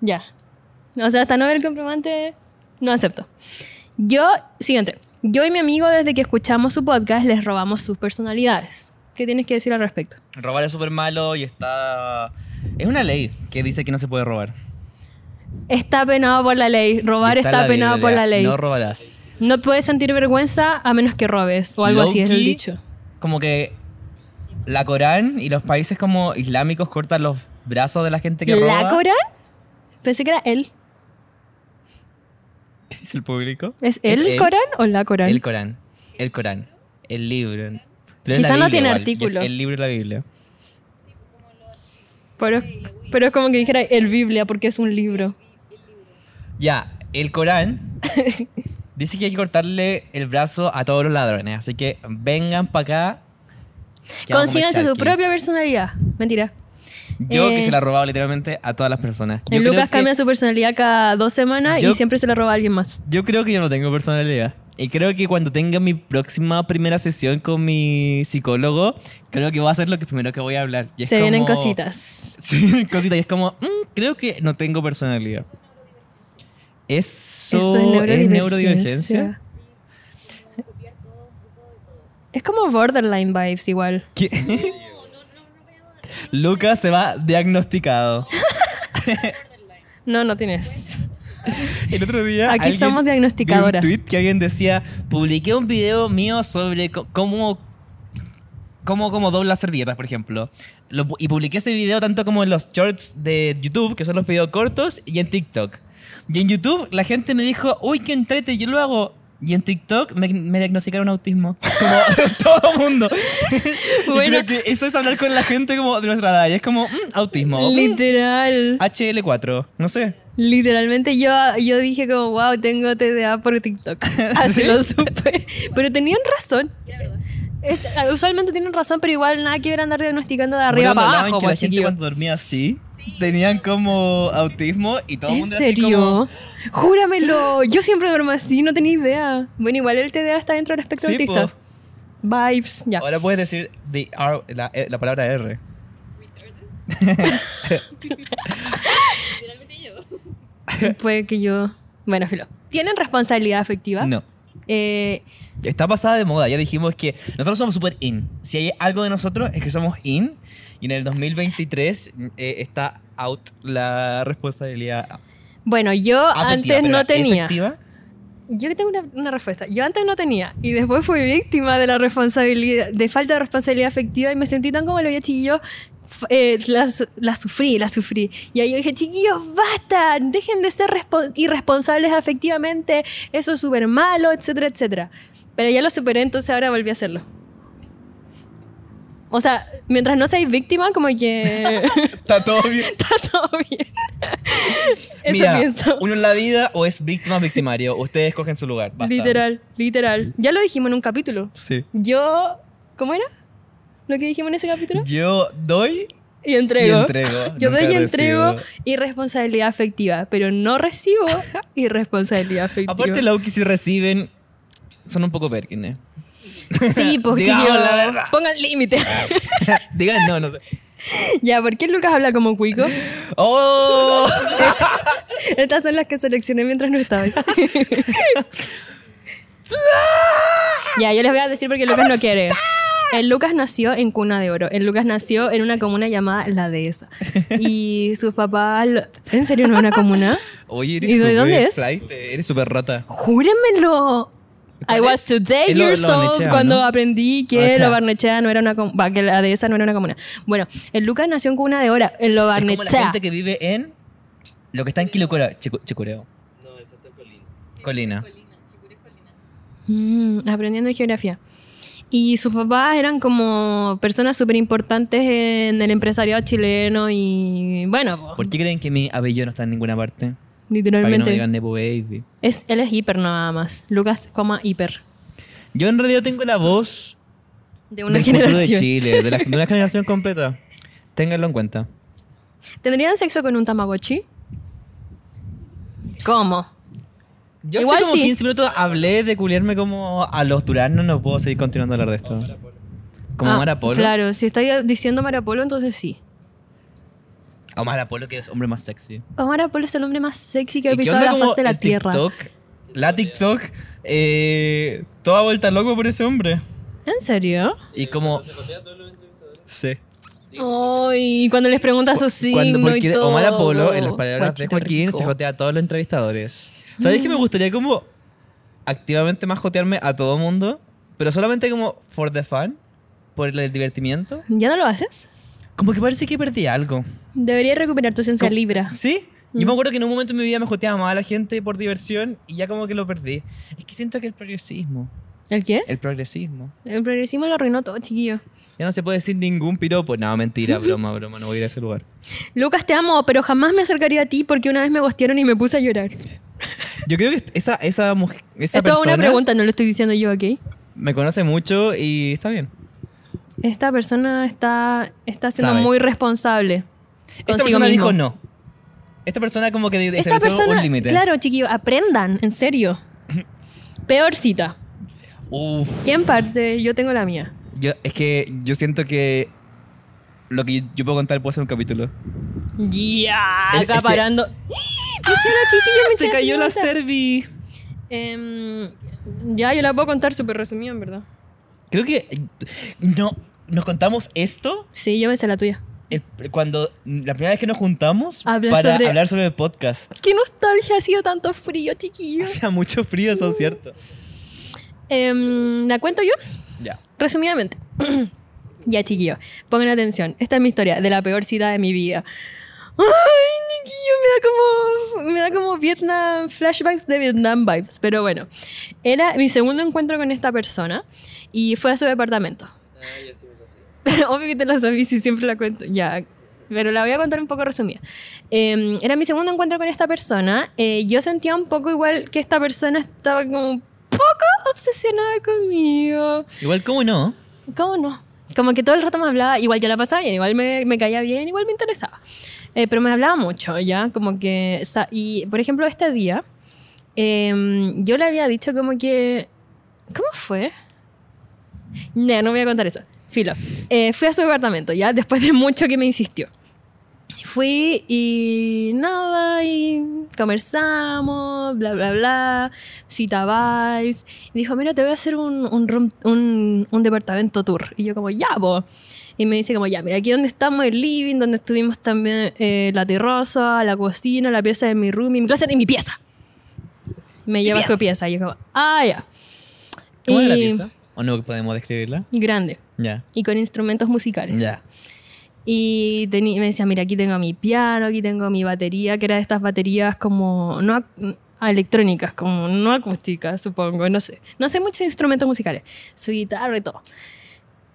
Ya. O sea, hasta no ver el comprobante, no acepto. Yo, siguiente. Yo y mi amigo, desde que escuchamos su podcast, les robamos sus personalidades. ¿Qué tienes que decir al respecto? Robar es súper malo y está... Es una ley que dice que no se puede robar. Está penado por la ley. Robar Y está, en la penado por Biblia, la ley. No No, robarás. puedes sentir vergüenza a menos que robes. O algo así es el Low-key, dicho. Como que la Corán y los países como islámicos cortan los brazos de la gente que roba. ¿La Corán? Pensé que era él. ¿Es el público? ¿Es él el Corán o la Corán? El Corán. El Corán. El libro. Pero es Quizá la no Biblia tiene igual, artículo. es el libro y la Biblia. pero, pero es como que dijera el Biblia porque es un libro. Ya, el Corán dice que hay que cortarle el brazo a todos los ladrones. Así que vengan para acá. que vamos a Consíganse su marchar aquí. propia personalidad. Mentira. Yo eh, que se la he robado literalmente a todas las personas. Yo El creo Lucas que- cambia su personalidad cada dos semanas y Yo- siempre se la roba a alguien más. Yo creo que yo no tengo personalidad. Y creo que cuando tenga mi próxima primera sesión con mi psicólogo, creo que va a ser lo que primero que voy a hablar. Y es Se vienen como- cositas. Sí, cositas. Y es como, "Mm, creo que no tengo personalidad. Eso, Eso es es neurodivergencia. neurodivergencia. Es como borderline vibes igual. ¿Qué? Lucas se va diagnosticado. No, no tienes. El otro día. Aquí alguien somos vi diagnosticadoras. Un tweet que alguien decía: publiqué un video mío sobre co- cómo. Cómo, cómo dobla servilletas, por ejemplo. Lo pu- y publiqué ese video tanto como en los shorts de YouTube, que son los videos cortos, y en TikTok. Y en YouTube la gente me dijo, uy, qué entrete, yo lo hago. Y en TikTok me, me diagnosticaron autismo. Como todo mundo. Y Bueno. creo que eso es hablar con la gente como de nuestra edad. Y es como, "Mm, autismo. mm, Literal. HL4. No sé. Literalmente yo, yo dije como, wow, tengo TDA por TikTok. Así ¿Sí? lo supe. Pero tenían razón. Es- Usualmente tienen razón, pero igual nada que ver andar diagnosticando de arriba Bueno, para hablaban abajo, que la pues, gente chiquillo. cuando dormía así, tenían como autismo y todo el ¿En mundo era así como... serio? Júramelo. Yo siempre duermo así, no tenía idea. Bueno, igual el TDA está dentro del espectro Sí, autista. po. Vibes, ya. Ahora puedes decir the R- la, eh, la palabra R. Puede que yo. Bueno, filo. ¿Tienen responsabilidad afectiva? No. Eh, Está pasada de moda. Ya dijimos que nosotros somos super in. Si hay algo de nosotros es que somos in. Y en el 2023 eh, está out la responsabilidad. bueno, yo afectiva, Ah, antes pero no la tenía. efectiva, Yo tengo una, una respuesta. Yo antes no tenía y después fui víctima de la responsabilidad, de falta de responsabilidad afectiva y me sentí tan como lo había chiquillo. f- eh, la, su- la sufrí, la sufrí. Y ahí yo dije, chiquillos, basta, dejen de ser respon- irresponsables afectivamente, eso es súper malo, etcétera, etcétera. Pero ya lo superé, entonces ahora volví a hacerlo. O sea, mientras no seáis víctima, como que Está todo bien. está todo bien. Eso Mira, pienso. uno en la vida o es víctima o victimario. Ustedes cogen su lugar. Basta. Literal, literal. Ya lo dijimos en un capítulo. Sí. Yo. ¿Cómo era? lo que dijimos en ese capítulo? Yo doy Y entrego. y entrego. Yo Nunca doy y entrego recibo. irresponsabilidad afectiva, pero no recibo irresponsabilidad afectiva. Aparte, Loki si reciben son un poco eh. perkines. Sí, pues Digamos chiquillo, la verdad. pongan límite. Digan, no, no sé. ya, ¿por qué Lucas habla como cuico? ¡Oh! Estas son las que seleccioné mientras no estaba. ya, yo les voy a decir porque Lucas no quiere. El Lucas nació en cuna de oro. El Lucas nació en una comuna llamada La Dehesa. Y sus papás... lo- ¿En serio no es una comuna? Oye, eres ¿Y de súper dónde es? flight, eh, eres súper rata. Júrenmelo. I ¿Cuál was today Es lo- years lo old barnechea, cuando ¿no? aprendí que Barnechea. lo barnechea no era una com- va, que la dehesa no era una comuna. Bueno, el Lucas nació en cuna de oro, en lo Es como la barnechea. gente que vive en lo que está en Quilocoreo, Chico- Chicureo, No, esa está en Colina. Colina. Mm, aprendiendo geografía. Y sus papás eran como personas súper importantes en el empresariado chileno y bueno, po, ¿Por qué creen que mi abello no está en ninguna parte? Para que no literalmente. me digan Nepo Baby. es, él es hiper nada más. Lucas, coma hiper. Yo en realidad tengo la voz De una del futuro de generación. Chile, de, la- de una generación completa. Ténganlo en cuenta. ¿Tendrían sexo con un Tamagotchi? ¿Cómo? Yo Igual hace como sí. 15 minutos hablé de culiarme como a los turanos, no puedo seguir continuando a hablar de esto. Como Ah, Marapolo. Claro, si estáis diciendo Marapolo, entonces sí. O Marapolo que es hombre más sexy. Omar Apolo es el hombre más sexy que ha ¿Y qué pisado la onda como faz de la el tierra. TikTok? la TikTok, eh, toda vuelta loco por ese hombre. ¿En serio? Y como, Se cotea a todos los entrevistadores. sí. Ay, cuando les pregunta su signo Cuando, y porque todo. Omar Apolo, en las palabras de Guachito Joaquín, rico. se jotea a todos los entrevistadores. ¿Sabéis que me gustaría como activamente más jotearme a todo mundo? Pero solamente como for the fun, por el divertimiento. ¿Ya no lo haces? Como que parece que perdí algo. Deberías recuperar tu ciencia Co- libra. Mm. ¿Sí? Yo me acuerdo que en un momento de mi vida me joteaba más a la gente por diversión y ya como que lo perdí. Es que siento que el progresismo, ¿El qué? el progresismo, El progresismo lo arruinó todo, chiquillo. Ya no se puede decir ningún piropo. No, mentira, broma, broma, no voy a ir a ese lugar. Lucas, te amo, pero jamás me acercaría a ti porque una vez me gostearon y me puse a llorar. Yo creo que esa, esa mujer, esa Es toda persona una pregunta, no lo estoy diciendo yo, ¿ok? me conoce mucho y está bien. Esta persona está, está siendo Sabe. muy responsable. Esta consigo persona mismo. dijo no. Esta persona como que Esta estableció persona, un límite. claro, chiquillo, aprendan, en serio. Peor cita. Uf, ¿Quién parte? Yo tengo la mía. yo, es que yo siento que lo que yo, yo puedo contar puede ser un capítulo. Ah, Ya, El- es que- acaparando. ¡Ah! chiquillo, Se cayó la servi. Em, ya, yo la puedo contar súper resumida, en verdad. Creo que no nos contamos esto Sí, yo me sé la tuya. el- cuando la primera vez que nos juntamos Hablar para sobre- hablar sobre el podcast. ¡Qué nostalgia ha sido tanto frío, chiquillo! Hacía mucho frío, eso es cierto. Em, ¿La cuento yo? Ya. Resumidamente. ya, chiquillo, pongan atención. Esta es mi historia de la peor cita de mi vida. ¡Ay, chiquillo! Me da como, me da como Vietnam, flashbacks de Vietnam vibes. Pero bueno, era mi segundo encuentro con esta persona y fue a su departamento. Ah, ya sí me lo sé. Obvio que te la sabí si siempre la cuento. Ya. Pero la voy a contar un poco resumida. Eh, era mi segundo encuentro con esta persona. Eh, yo sentía un poco igual que esta persona estaba como un poco obsesionada conmigo. Igual, ¿cómo no? ¿Cómo no? Como que todo el rato me hablaba, igual yo la pasaba bien, igual me, me caía bien, igual me interesaba. Eh, pero me hablaba mucho, ¿ya? Como que... sa- Y, por ejemplo, este día, em, yo le había dicho como que... ¿Cómo fue? No, no voy a contar eso. Filo. Eh, fui a su departamento, ¿ya? Después de mucho que me insistió. Fui y nada, y conversamos, bla, bla, bla, cita Vice. Y dijo, mira, te voy a hacer un, un, room- un, un departamento tour. Y yo como, ya, po. Y me dice como, ya, mira, aquí donde estamos el living, donde estuvimos también eh, la terraza, la cocina, la pieza de mi room, y mi clase y mi pieza. Me lleva a su pieza. Y yo como, ah, ya. ¿Cómo era la Y- pieza? ¿O no podemos describirla? Grande. Ya. Y con instrumentos musicales. Ya. Y teni- me decía, mira, aquí tengo mi piano, aquí tengo mi batería, que era de estas baterías como no ac- ah, electrónicas, como no acústicas, supongo, no sé. No sé muchos instrumentos musicales, su guitarra y todo.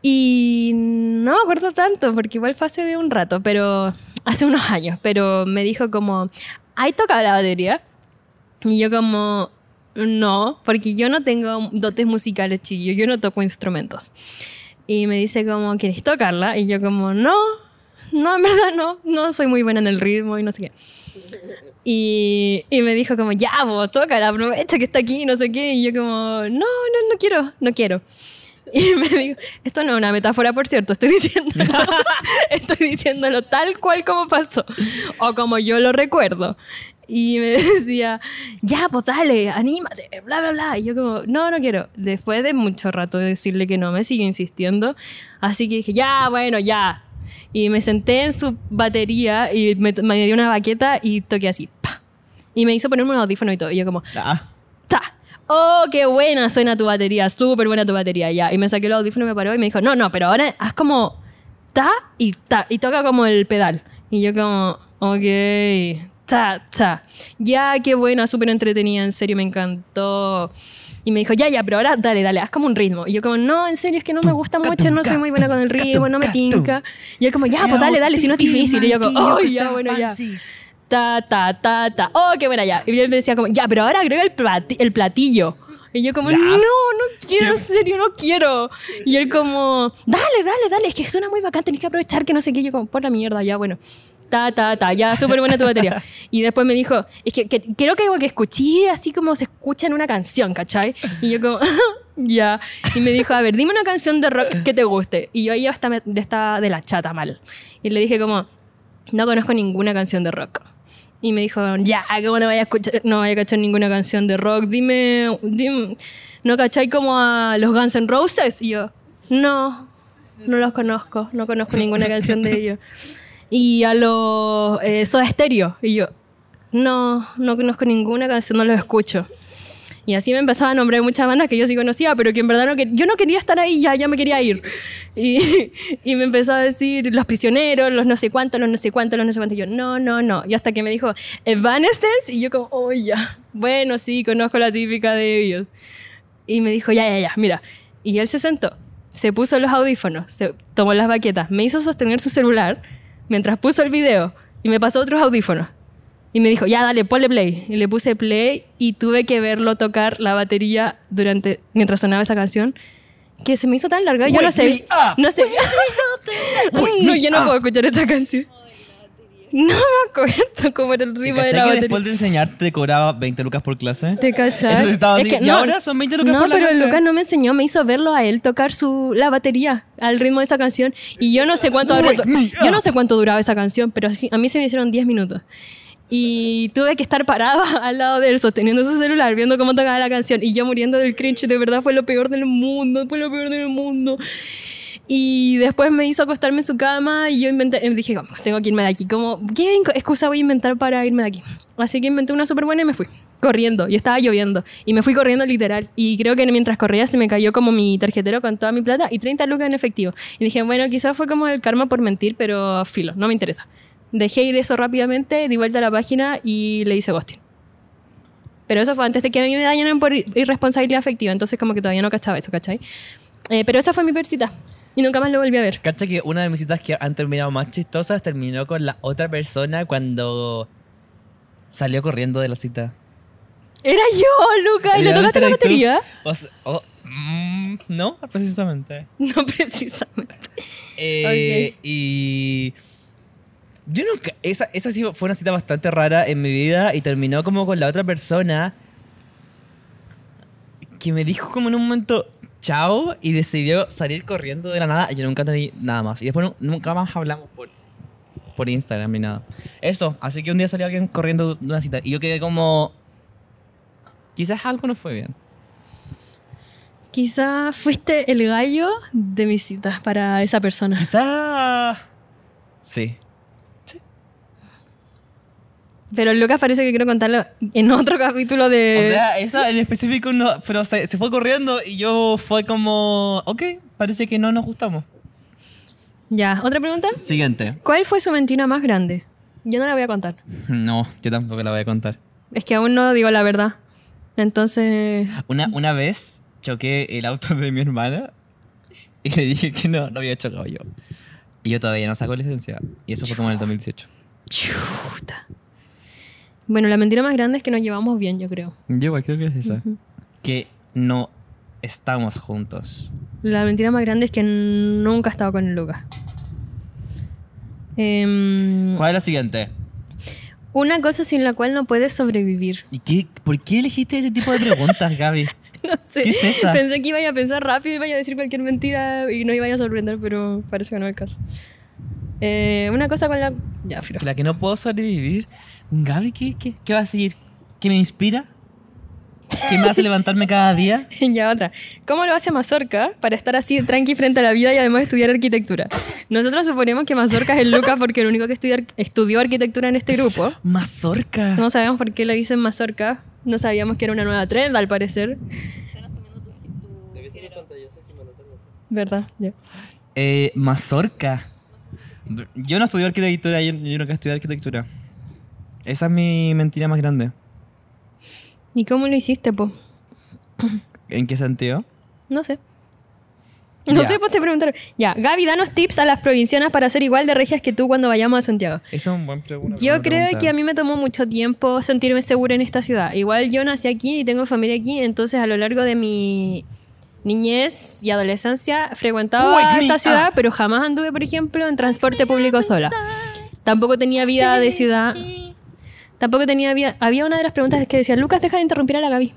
Y no me acuerdo tanto, porque igual fue hace un rato, pero hace unos años, pero me dijo como, ¿hay tocado la batería? Y yo como, no, porque yo no tengo dotes musicales, chillo, yo no toco instrumentos. Y me dice como, ¿quieres tocarla? Y yo como, no, no, en verdad no, no soy muy buena en el ritmo y no sé qué. Y, y me dijo como, ya, vos, tócala, aprovecha que está aquí, no sé qué. Y yo como, no, no, no quiero, no quiero. Y me dijo, esto no es una metáfora, por cierto, estoy diciéndolo, estoy diciéndolo tal cual como pasó, o como yo lo recuerdo. Y me decía, ya, pues dale, anímate, bla, bla, bla. Y yo como, no, no quiero. Después de mucho rato de decirle que no, me sigue insistiendo. Así que dije, ya, bueno, ya. Y me senté en su batería y me, me dio una baqueta y toqué así, pa. Y me hizo ponerme un audífono y todo. Y yo como, Ah, ta. Oh, qué buena suena tu batería, súper buena tu batería, ya. Y me saqué el audífono, me paró y me dijo, no, no, pero ahora haz como ta y ta, y toca como el pedal. Y yo como, ok, ta, ta. Ya, qué buena, súper entretenida, en serio, me encantó. Y me dijo, ya, ya, pero ahora dale, dale, haz como un ritmo. Y yo como, no, en serio, es que no me gusta mucho, no soy muy buena con el ritmo, no me tinca. Y él como, ya, pues dale, dale, si no es difícil. Y yo como, ay, ya, bueno, ya ta, ta, ta, ta. Oh, qué buena ya. Y él me decía como, ya, pero ahora agrega el, plati- el platillo. Y yo como, Ya. no, no quiero, en ¿Qué? serio, no quiero. Y él como, dale, dale, dale, es que suena muy bacán, tenés que aprovechar que no sé qué. Yo como, por la mierda, ya, bueno. Ta, ta, ta, ya, súper buena tu batería. Y después me dijo, es que, que- creo que como que escuché así como se escucha en una canción, ¿cachai? Y yo como, ya. Y me dijo, a ver, dime una canción de rock que te guste. Y yo ahí hasta me- estaba de la chata mal. Y le dije como, no conozco ninguna canción de rock. Y me dijo, ya, ¿cómo no vaya a escuchar, no vaya a cachar ninguna canción de rock? Dime, dime, ¿no cacháis como a los Guns N' Roses? Y yo, no, no los conozco, no conozco ninguna canción de ellos. Y a los eh, Soda Stereo, y yo, no, no conozco ninguna canción, no los escucho. Y así me empezaba a nombrar muchas bandas que yo sí conocía, pero que en verdad no que- yo no quería estar ahí, ya, ya me quería ir. Y, y me empezó a decir los prisioneros, los no sé cuántos, los no sé cuántos, los no sé cuántos. Y yo, no, no, no. Y hasta que me dijo Evanescence, y yo como, oh, ya, bueno, sí, conozco la típica de ellos. Y me dijo, ya, ya, ya, mira. Y él se sentó, se puso los audífonos, se tomó las baquetas, me hizo sostener su celular mientras puso el video y me pasó otros audífonos. Y me dijo, ya dale, ponle play. Y le puse play y tuve que verlo tocar la batería durante, mientras sonaba esa canción, que se me hizo tan larga. Yo Wake no me sé. up. No sé. no, yo no puedo escuchar esta canción. No me acuerdo cómo era el ¿te ritmo de la cachai que batería. después de enseñarte te cobraba 20 lucas por clase? ¿Te cachai? Eso estaba así, "Y ahora son 20 lucas No, por la pero clase". Lucas no me enseñó, me hizo verlo a él tocar su, la batería al ritmo de esa canción. Y yo no sé cuánto habrá- Wake me Yo up. no sé cuánto duraba esa canción, pero sí, a mí se me hicieron 10 minutos. Y tuve que estar parada al lado de él, sosteniendo su celular, viendo cómo tocaba la canción. Y yo muriendo del cringe, de verdad fue lo peor del mundo, fue lo peor del mundo. Y después me hizo acostarme en su cama y yo inventé, eh, dije, como, tengo que irme de aquí. Como, ¿qué inco- excusa voy a inventar para irme de aquí? Así que inventé una súper buena y me fui. Corriendo, y estaba lloviendo. Y me fui corriendo literal. Y creo que mientras corría se me cayó como mi tarjetero con toda mi plata y 30 lucas en efectivo. Y dije, bueno, quizás fue como el karma por mentir, pero filo, no me interesa. Dejé ir eso rápidamente, di vuelta a la página y le hice ghosting. Pero eso fue antes de que a mí me dañaran por ir- irresponsabilidad afectiva. Entonces como que todavía no cachaba eso, ¿cachai? Eh, pero esa fue mi persita. Y nunca más lo volví a ver. Cacha que una de mis citas que han terminado más chistosas terminó con la otra persona cuando salió corriendo de la cita. Era yo, Luca, y le tocaste la Literalmente batería. eras tú. O sea, oh, mm, no, precisamente. No precisamente. Eh, Y yo nunca, esa, esa sí fue una cita bastante rara en mi vida y terminó como con la otra persona que me dijo como en un momento chao y decidió salir corriendo de la nada. Yo nunca entendí nada más. Y después nu- nunca más hablamos por, por Instagram ni nada. Eso, así que un día salió alguien corriendo de una cita y yo quedé como... Quizás algo no fue bien. Quizá fuiste el gallo de mis citas para esa persona. Quizás... Sí. Pero Lucas parece que quiero contarlo en otro capítulo O de... sea, esa en específico no, pero se, se fue corriendo y yo fue como, ok, parece que no nos gustamos. ya, ¿otra pregunta? Siguiente. ¿Cuál fue su mentira más grande? Yo no la voy a contar. No, yo tampoco la voy a contar. Es que aún no digo la verdad. Entonces... Una, una vez choqué el auto de mi hermana y le dije que no, lo había chocado yo. Y yo todavía no saco licencia. Y eso fue como en el 2018. Chuta. Bueno, la mentira más grande es que nos llevamos bien, yo creo. Yo igual creo que es esa. Que no estamos juntos. la mentira más grande es que nunca he estado con el Lucas. Em, ¿Cuál es la siguiente? una cosa sin la cual no puedes sobrevivir. ¿Y qué, por qué elegiste ese tipo de preguntas, Gaby? No sé. ¿Qué es esa? Pensé que iba a pensar rápido, iba a decir cualquier mentira y no iba a sorprender, pero parece que no es el caso. Eh, una cosa con la. Ya, filo. La que no puedo sobrevivir. Gaby, ¿qué, qué, qué va a seguir? ¿Qué me inspira? ¿Qué me hace levantarme cada día? Ya otra. ¿Cómo lo hace Mazorca para estar así de tranqui frente a la vida y además estudiar arquitectura? Nosotros suponemos que Mazorca es el Lucas porque el único que estudia ar- estudió arquitectura en este grupo. Mazorca. No sabemos por qué le dicen Mazorca. No sabíamos que era una nueva trend, al parecer. Están asumiendo tu, tu ¿Te viste los género. pantallazos que mandaste al WhatsApp? ¿Verdad? Ya. Eh, Mazorca. Yo no estudié arquitectura, yo, yo nunca estudié arquitectura. Esa es mi mentira más grande. ¿Y cómo lo hiciste, po? ¿En qué sentido? No sé. No Ya. sé, pues te preguntaron. Ya, Gaby, danos tips a las provincianas para ser igual de regias que tú cuando vayamos a Santiago. Esa es un buen pregunta. Yo creo que a mí me tomó mucho tiempo sentirme segura en esta ciudad. Igual yo nací aquí y tengo familia aquí, entonces a lo largo de mi niñez y adolescencia frecuentaba Wake me esta ciudad, up. pero jamás anduve, por ejemplo, en transporte público sola. Tampoco tenía vida de ciudad. Tampoco tenía vida. Había una de las preguntas que decía, Lucas, deja de interrumpir a la Gaby.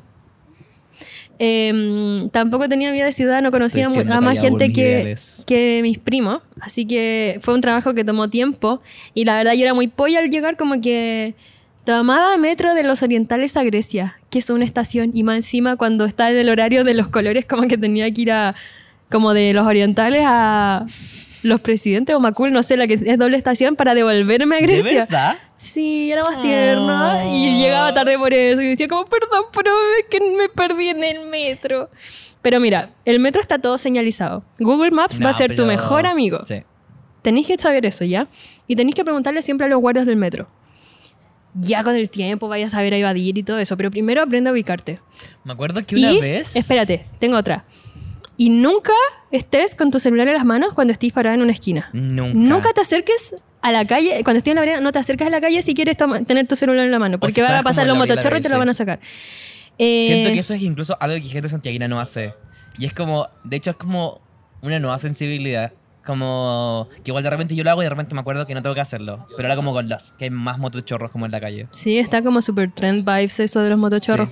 Em, tampoco tenía vida de ciudad, no conocía Estoy mu- siendo a más callado por gente mis que, ideales. que mis primos. Así que fue un trabajo que tomó tiempo. Y la verdad, yo era muy polla al llegar, como que tomaba metro de los orientales a Grecia, que es una estación. Y más encima, cuando está en el horario de los colores, como que tenía que ir a. como de los orientales a. Los presidentes o Macul, no sé, la que es doble estación para devolverme a ¿De Grecia. verdad? Sí, era más tierno y Oh. llegaba tarde por eso y decía como, perdón, pero es que me perdí en el metro. Pero mira, el metro está todo señalizado. Google Maps va a No, ser tu pero- mejor amigo. Sí. Tenéis que saber eso ya. Y tenéis que preguntarle siempre a los guardias del metro. Ya con el tiempo vayas a saber a evadir y todo eso, pero primero aprende a ubicarte. Me acuerdo que una y, vez. Espérate, tengo otra. Y nunca estés con tu celular en las manos cuando estés parada en una esquina. Nunca. Nunca te acerques a la calle, cuando estés en la vereda, no te acerques a la calle si quieres toma- tener tu celular en la mano, porque si van a estás pasar como los en la motochorros y te Vila lo van a Bella, sacar. Eh, Siento que eso es incluso algo que gente santiaguina no hace. Y es como, de hecho, es como una nueva sensibilidad. Como que igual de repente yo lo hago y de repente me acuerdo que no tengo que hacerlo. Pero ahora como con los que hay más motochorros como en la calle. Sí, está como super trend vibes eso de los motochorros.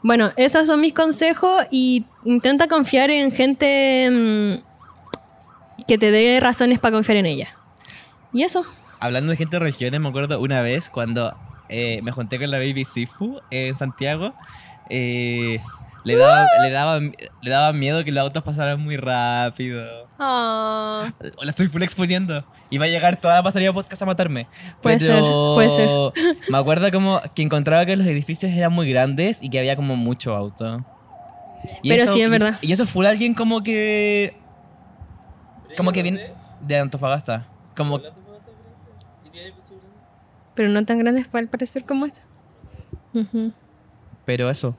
Bueno, esos son mis consejos y intenta confiar en gente mm, que te dé razones para confiar en ella. Y eso. Hablando de gente de regiones, me acuerdo una vez cuando eh, me junté con la Baby Sifu en Santiago. eh, le, daba, le, daba, le daba miedo que los autos pasaran muy rápido. Ah, La estoy full exponiendo. Y va a llegar toda la pasaría podcast a matarme. Puede ser, puede ser. Me acuerdo como que encontraba que los edificios eran muy grandes y que había como mucho auto. Pero sí, es verdad. Y eso full alguien como que. Como que viene de Antofagasta. Como ¿La tomada está grande? ¿Y tiene piso grande? pero no tan grandes para parecer como este. esto. Ujú. Pero eso.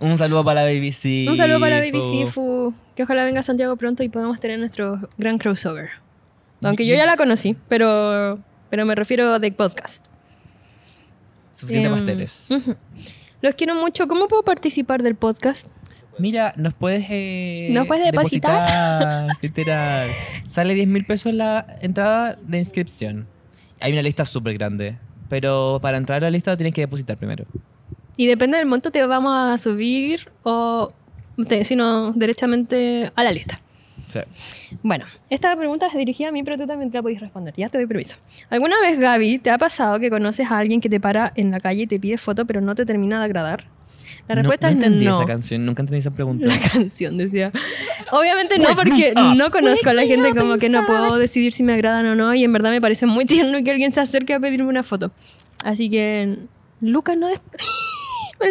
Un saludo para la BBC. Un saludo para Baby Sifu. Que ojalá venga a Santiago pronto y podamos tener nuestro gran crossover. Aunque yo ya la conocí, pero, pero me refiero de podcast. Suficiente Em, pasteles. ujú. Los quiero mucho. ¿Cómo puedo participar del podcast? Mira, nos puedes. eh, ¿Nos puedes depositar? depositar, literal. Sale 10 mil pesos la entrada de inscripción. Hay una lista súper grande. Pero para entrar a la lista tienes que depositar primero. Y depende del monto te vamos a subir o te- si no, derechamente a la lista. O sea, Bueno, esta pregunta es dirigida a mí, pero tú también te la podéis responder. Ya te doy permiso. ¿Alguna vez, Gaby, te ha pasado que conoces a alguien que te para en la calle y te pide foto, pero no te termina de agradar? La no- respuesta no, es entendí no. esa canción, nunca entendí esa pregunta. La canción decía. Obviamente no, porque ah. no conozco a la gente, como que no puedo decidir si me agradan o no, y en verdad me parece muy tierno que alguien se acerque a pedirme una foto. Así que, Lucas no es.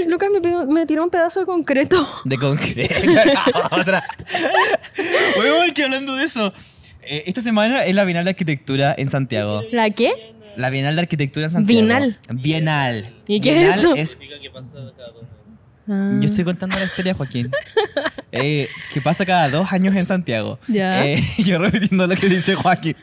Lucas me, pegó- me tiró un pedazo de concreto. De concreto. Otra. Weón, que hablando de eso. eh, esta semana es la Bienal de Arquitectura en Santiago. ¿La qué? La Bienal de Arquitectura en Santiago. Bienal. Bienal. ¿Y qué es Bienal eso? Diga que pasa cada dos años. Ah. Yo estoy contando la historia, Joaquín. Eh, que pasa cada dos años en Santiago. Ya. Eh, yo repitiendo lo que dice Joaquín.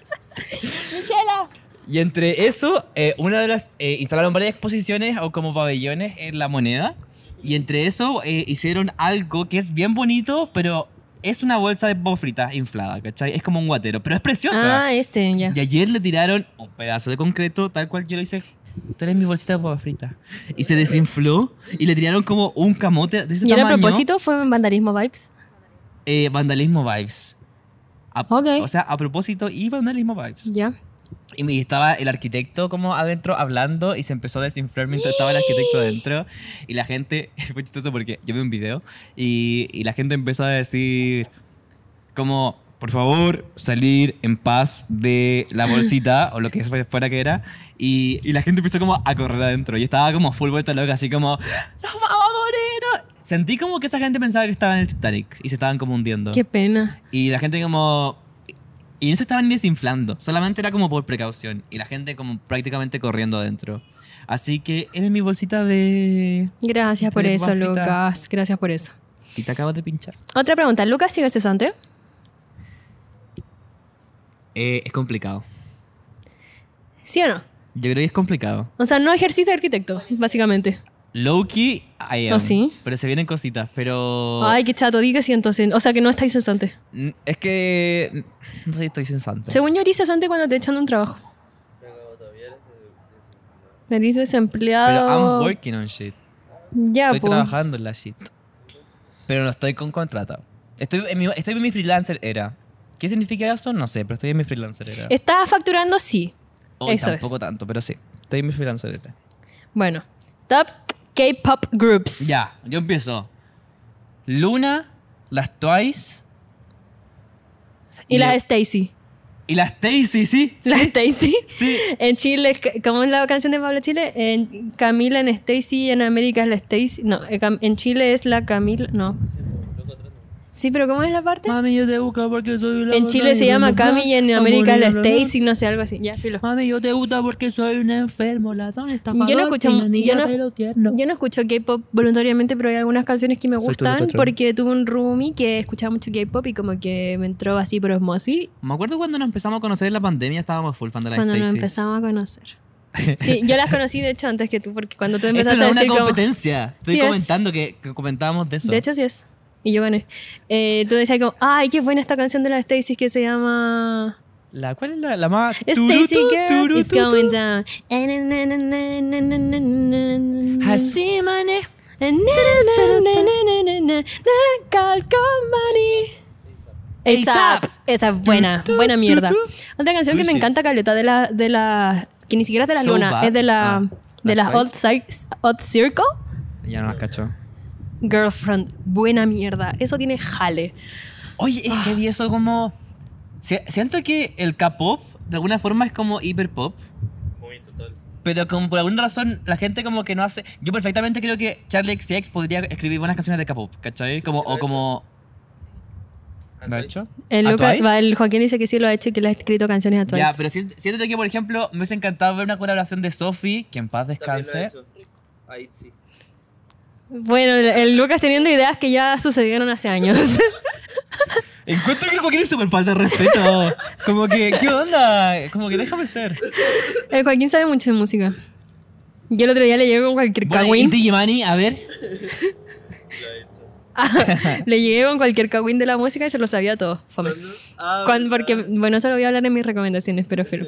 Y entre eso, eh, una de las. eh, instalaron varias exposiciones o como pabellones en la moneda. Y entre eso eh, hicieron algo que es bien bonito, pero es una bolsa de pop fritas inflada, ¿cachai? Es como un guatero, pero es preciosa. ah, este, ya. Y ayer le tiraron un pedazo de concreto, tal cual yo le hice. Tú eres mi bolsita de papas fritas. Y se desinfló y le tiraron como un camote de ese ¿Y era a tamaño. propósito? ¿Fue vandalismo vibes? Eh, vandalismo vibes. A- Ok. O sea, a propósito y vandalismo vibes. Ya. Y me- y estaba el arquitecto como adentro hablando y se empezó a desinflar mientras estaba el arquitecto adentro. Y la gente, fue chistoso porque yo vi un video y, y la gente empezó a decir como, por favor, salir en paz de la bolsita o lo que fue- fuera que era. Y, y la gente empezó como a correr adentro. Y estaba como full vuelta loca, así como, ¡Nos vamos a morir! no". Sentí como que esa gente pensaba que estaba en el Titanic y se estaban como hundiendo. Qué pena. Y la gente como... Y no se estaban ni desinflando, solamente era como por precaución. Y la gente como prácticamente corriendo adentro. Así que eres mi bolsita de... Gracias por Pero eso, guafita. Lucas. Gracias por eso. Y te acabas de pinchar. Otra pregunta. ¿Lucas sigue cesante? Eh, es complicado. ¿Sí o no? Yo creo que es complicado. O sea, no ejerciste de arquitecto, básicamente. Low-key, I am. ¿Oh, sí? Pero se vienen cositas, pero... Ay, qué chato. Di que sí, entonces. O sea, que no estáis cesante. Mm, Es que... No sé si estoy sensante. Según yo, eres cesante cuando te echan de un trabajo. Tengo todavía eres de- Eres Pero I'm desempleado. working on shit. ya, Estoy po. trabajando en la shit. Pero no estoy con contrato. Estoy en mi, estoy en mi freelancer era. ¿Qué significa eso? No sé, pero estoy en mi freelancer era. ¿Estás facturando? Sí. Hoy eso es. tampoco tanto, pero sí. Estoy en mi freelancer este. era. Bueno. Top K-pop groups. Ya, yo empiezo. Luna, las Twice Y las yo- Stacy. y las Stacy, sí. Las Stacy. Sí. En Chile, es- ¿cómo es la canción de Pablo Chile? En Camila, en Stacy, en América es la Stacy. No, en Cam- en Chile es la Camila. No. Sí, pero ¿cómo es la parte? Mami, yo te busco porque soy una En Chile se llama Cami y en América es la Stacy. Stacy, no sé, algo así. Ya, filo. Mami, yo te gusta porque soy un enfermo, ladrón, estafador, Yo no escucho, yo tiranía, pelo no, tierno. yo no escucho K-pop voluntariamente, pero hay algunas canciones que me Soy tu gustan locotrón. porque tuve un roomie que escuchaba mucho K-pop y como que me entró así por osmosis Me acuerdo cuando nos empezamos a conocer en la pandemia, estábamos full fan de las cuando nos Stacys. empezamos a conocer. Sí, yo las conocí de hecho antes que tú, porque cuando tú Esto empezaste no a es una decir como- competencia. Estoy Sí es. comentando que, que comentábamos de eso. De hecho, sí es. Y yo gané. Eh, tú decías como, ay, qué buena esta canción de la Stacy que se llama... la, ¿Cuál es la, la más...? Stacy Turu, tu, Girls turu, is tu, tu. going down. Eh, na, na, na, na, na, na, na, na, na. Hashimane. Eh, na, na, na, na, na, na, na, call company. ASAP. Esa es buena, Tu, tu, buena tu, mierda. tu. Otra canción que me Lucy. encanta, Caleta, de la, de la... Que ni siquiera es de la So luna, Bad. es de la... Ah, De las las Odd Cir- Odd Circle. Ya no las cacho. Girlfriend, buena mierda. Eso tiene jale. Oye, es que vi eso como... si- Siento que el K-pop, de alguna forma, es como hiperpop. Muy total. Pero como por alguna razón la gente como que no hace... Yo perfectamente creo que Charlie XCX podría escribir buenas canciones de K-pop, ¿cachai? Como, o como... ¿Lo ha hecho? El, ¿A Luca- Twice? va, el Joaquín dice que sí lo ha hecho y que le ha escrito canciones a Twice. Ya, pero siento, siento que, por ejemplo, me hubiese encantado ver una colaboración de Sophie, que en paz descanse. A Itzy. Bueno, el, el Lucas teniendo ideas que ya sucedieron hace años. Encuentro que Joaquín es súper falta de respeto. Como que, ¿qué onda? Como que déjame ser. el Joaquín sabe mucho de música. Yo el otro día le llegué con cualquier Bueno, y cagüín. Digimani, a ver. le llegué con cualquier cagüín de la música y se lo sabía todo. Fome. Ah, Cuan- porque, bueno, eso lo voy a hablar en mis recomendaciones, pero pero.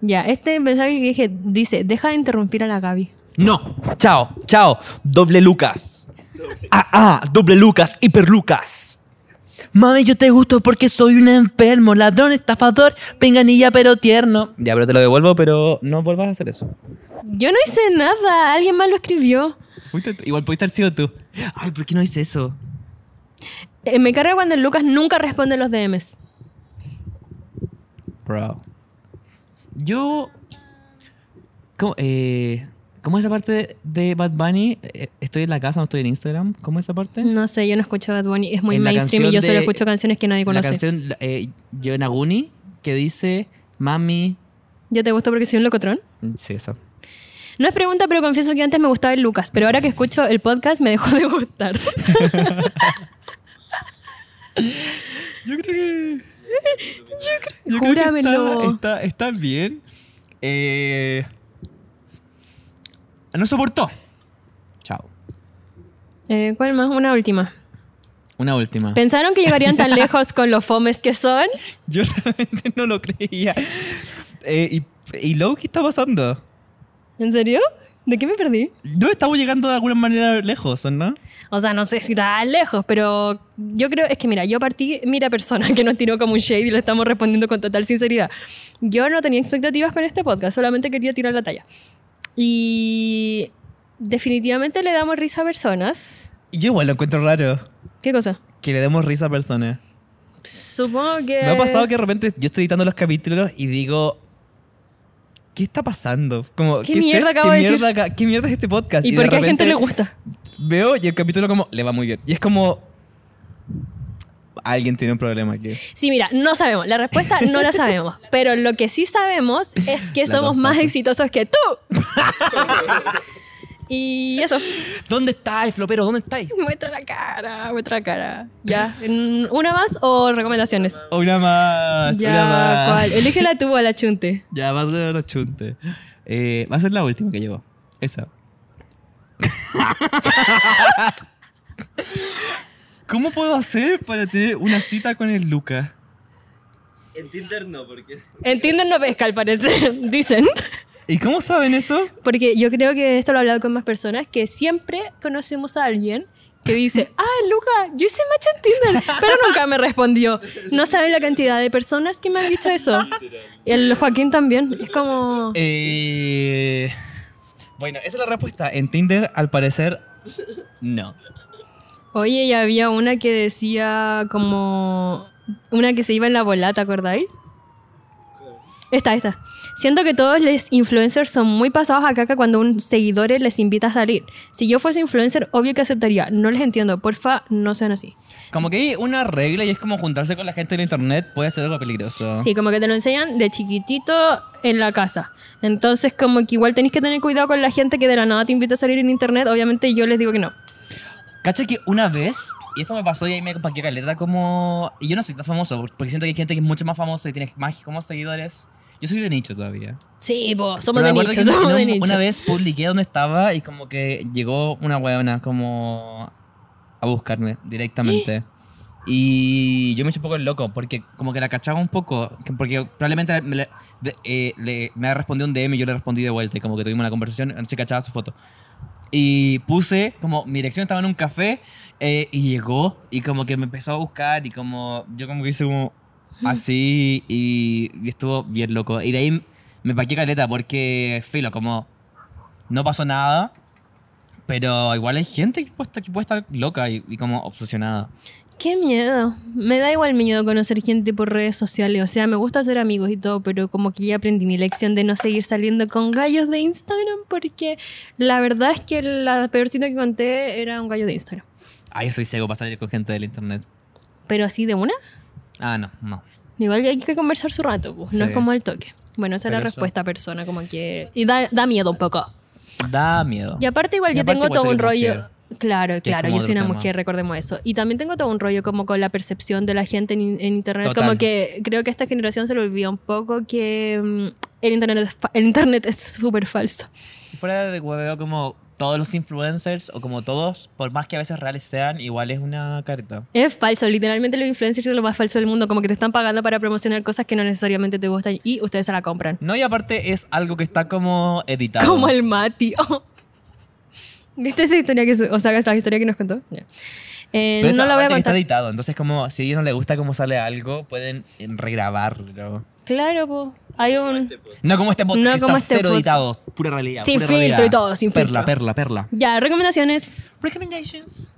Ya, este mensaje que dije, dice, deja de interrumpir a la Gaby. No, chao, chao, doble Lucas. Ah, ah, doble Lucas, hiper Lucas. Mami, yo te gusto porque soy un enfermo, ladrón, estafador, penganilla pero tierno. Ya, pero te lo devuelvo, pero no vuelvas a hacer eso. Yo no hice nada, alguien más lo escribió. Igual pudiste haber sido tú. Ay, ¿por qué no hice eso? Eh, me carga cuando el Lucas nunca responde los DMs. Bro. Yo. ¿Cómo, eh, ¿cómo es esa parte de Bad Bunny? Eh, ¿Estoy en la casa, no estoy en Instagram? ¿Cómo es esa parte? No sé, yo no escucho Bad Bunny, es muy En la mainstream y canción yo solo de- escucho canciones que nadie La conoce. canción eh, Yonaguni que dice Mami. Mm, ¿Ya te gusta porque soy un locotrón? Sí, eso. No es pregunta, pero confieso que antes me gustaba el Lucas, pero ahora que escucho el podcast me dejó de gustar. Yo creo que. Yo creo que Júramelo. está, está- está bien. Eh, no soportó. Chao. Eh, ¿Cuál más? Una última. Una última. ¿Pensaron que llegarían tan lejos con los fomes que son? Yo realmente no lo creía. Eh, y, ¿Y luego qué está pasando? ¿En serio? ¿De qué me perdí? No estamos llegando de alguna manera lejos, ¿o ¿no? O sea, no sé si tan lejos, pero yo creo, es que mira, yo partí, mira persona que nos tiró como un shade y le estamos respondiendo con total sinceridad. Yo no tenía expectativas con este podcast, solamente quería tirar la talla. Y definitivamente le damos risa a personas. Y yo igual lo encuentro raro. ¿Qué cosa? Que le demos risa a personas. Supongo que... Me ha pasado que de repente yo estoy editando los capítulos y digo... ¿Qué está pasando? Como, ¿Qué es mierda esto? acabo ¿Qué de mierda acá- ¿Qué mierda es este podcast? ¿Y de por qué a gente repente le gusta? Veo y el capítulo como... Le va muy bien. Y es como... Alguien tiene un problema aquí. Sí, mira, no sabemos. La respuesta no la sabemos. pero lo que sí sabemos es que La somos más constante. exitosos que tú. y eso. ¿Dónde estáis, flopero? ¿Dónde estáis? Muestra la cara, muestra la cara. Ya. mm, ¿Una más o recomendaciones? Una más, una Ya, más. ¿cuál? Elige la tuba, la chunte. Ya, va a ser la chunte. Eh, va a ser la última que llegó. Esa. ¿Cómo puedo hacer para tener una cita con el Luca? En Tinder no, porque es En Tinder no pesca, al parecer, dicen. ¿Y cómo saben eso? Porque yo creo que esto lo he hablado con más personas, que siempre conocemos a alguien que dice, ah, Luca, yo hice macho en Tinder, pero nunca me respondió. No saben la cantidad de personas que me han dicho eso. Y el Joaquín también. Es como... Eh, bueno, esa es la respuesta. En Tinder, al parecer, no. Oye, y había una que decía como... Una que se iba en la bola, ¿te acordáis? Esta, esta. Siento que todos los influencers son muy pasados a caca cuando un seguidor les invita a salir. Si yo fuese influencer, obvio que aceptaría. No les entiendo. Porfa, no sean así. Como que hay una regla y es como juntarse con la gente del internet puede ser algo peligroso. Sí, como que te lo enseñan de chiquitito en la casa. Entonces, como que igual tenés que tener cuidado con la gente que de la nada te invita a salir en internet. Obviamente, yo les digo que no. Cacha que una vez, y esto me pasó y ahí me compaqué caleta como... Y yo no soy tan famoso, por- porque siento que hay gente que es mucho más famosa y tiene más como seguidores. Yo soy de nicho todavía. Sí, po, somos Pero me de acuerdo nicho, que una- somos una- de nicho. Una vez publiqué donde estaba y como que llegó una huevona como a buscarme directamente. Y yo me eché un poco el loco porque como que la cachaba un poco, que- porque probablemente me, le, de- eh, le- me respondió un DM y yo le respondí de vuelta y como que tuvimos una conversación, entonces cachaba su foto. Y puse, como mi dirección estaba en un café eh, y llegó y como que me empezó a buscar y como yo como que hice como así y, y estuvo bien loco. Y de ahí me paqué caleta porque, filo, como no pasó nada, pero igual hay gente que puede estar, que puede estar loca y, y como obsesionada. Qué miedo. Me da igual miedo conocer gente por redes sociales. O sea, me gusta hacer amigos y todo, pero como que ya aprendí mi lección de no seguir saliendo con gallos de Instagram porque la verdad es que la peor cita que conté era un gallo de Instagram. Ah, yo soy ciego para salir con gente del internet. Pero así de una. Ah, no, no. Igual hay que conversar su rato, pues. no Sí. es como el toque. Bueno, esa es la Pero eso- respuesta persona, como que... Y da, da miedo un poco. Da miedo. Y aparte igual Y yo aparte tengo igual todo tú un eres rollo... mujer. Claro, Que es claro, yo como soy otro una tema. mujer, recordemos eso. Y también tengo todo un rollo como con la percepción de la gente en, en Internet. Total. Como que creo que a esta generación se le olvidó un poco que mm, el Internet es fa- el internet es súper falso. Y Fuera de hueveo, como todos los influencers o como todos, por más que a veces reales sean, igual es una carta. Es falso, literalmente los influencers son lo más falso del mundo. Como que te están pagando para promocionar cosas que no necesariamente te gustan y ustedes se la compran. No, y aparte es algo que está como editado. Como el Mati. Oh. ¿Viste esa historia que su- o sea, la historia que nos contó? Ya. Eh, Pero eso no la voy a aparte que Está contar. editado, entonces como si a ellos no les gusta cómo sale algo, pueden eh, regrabarlo. Claro, po. Hay un No como este podcast, No que como está este cero podcast. editado, pura realidad. Sin pura filtro realidad. y todo, sin filtro. Perla, perla, perla. ya, recomendaciones. Ah, Recommendations.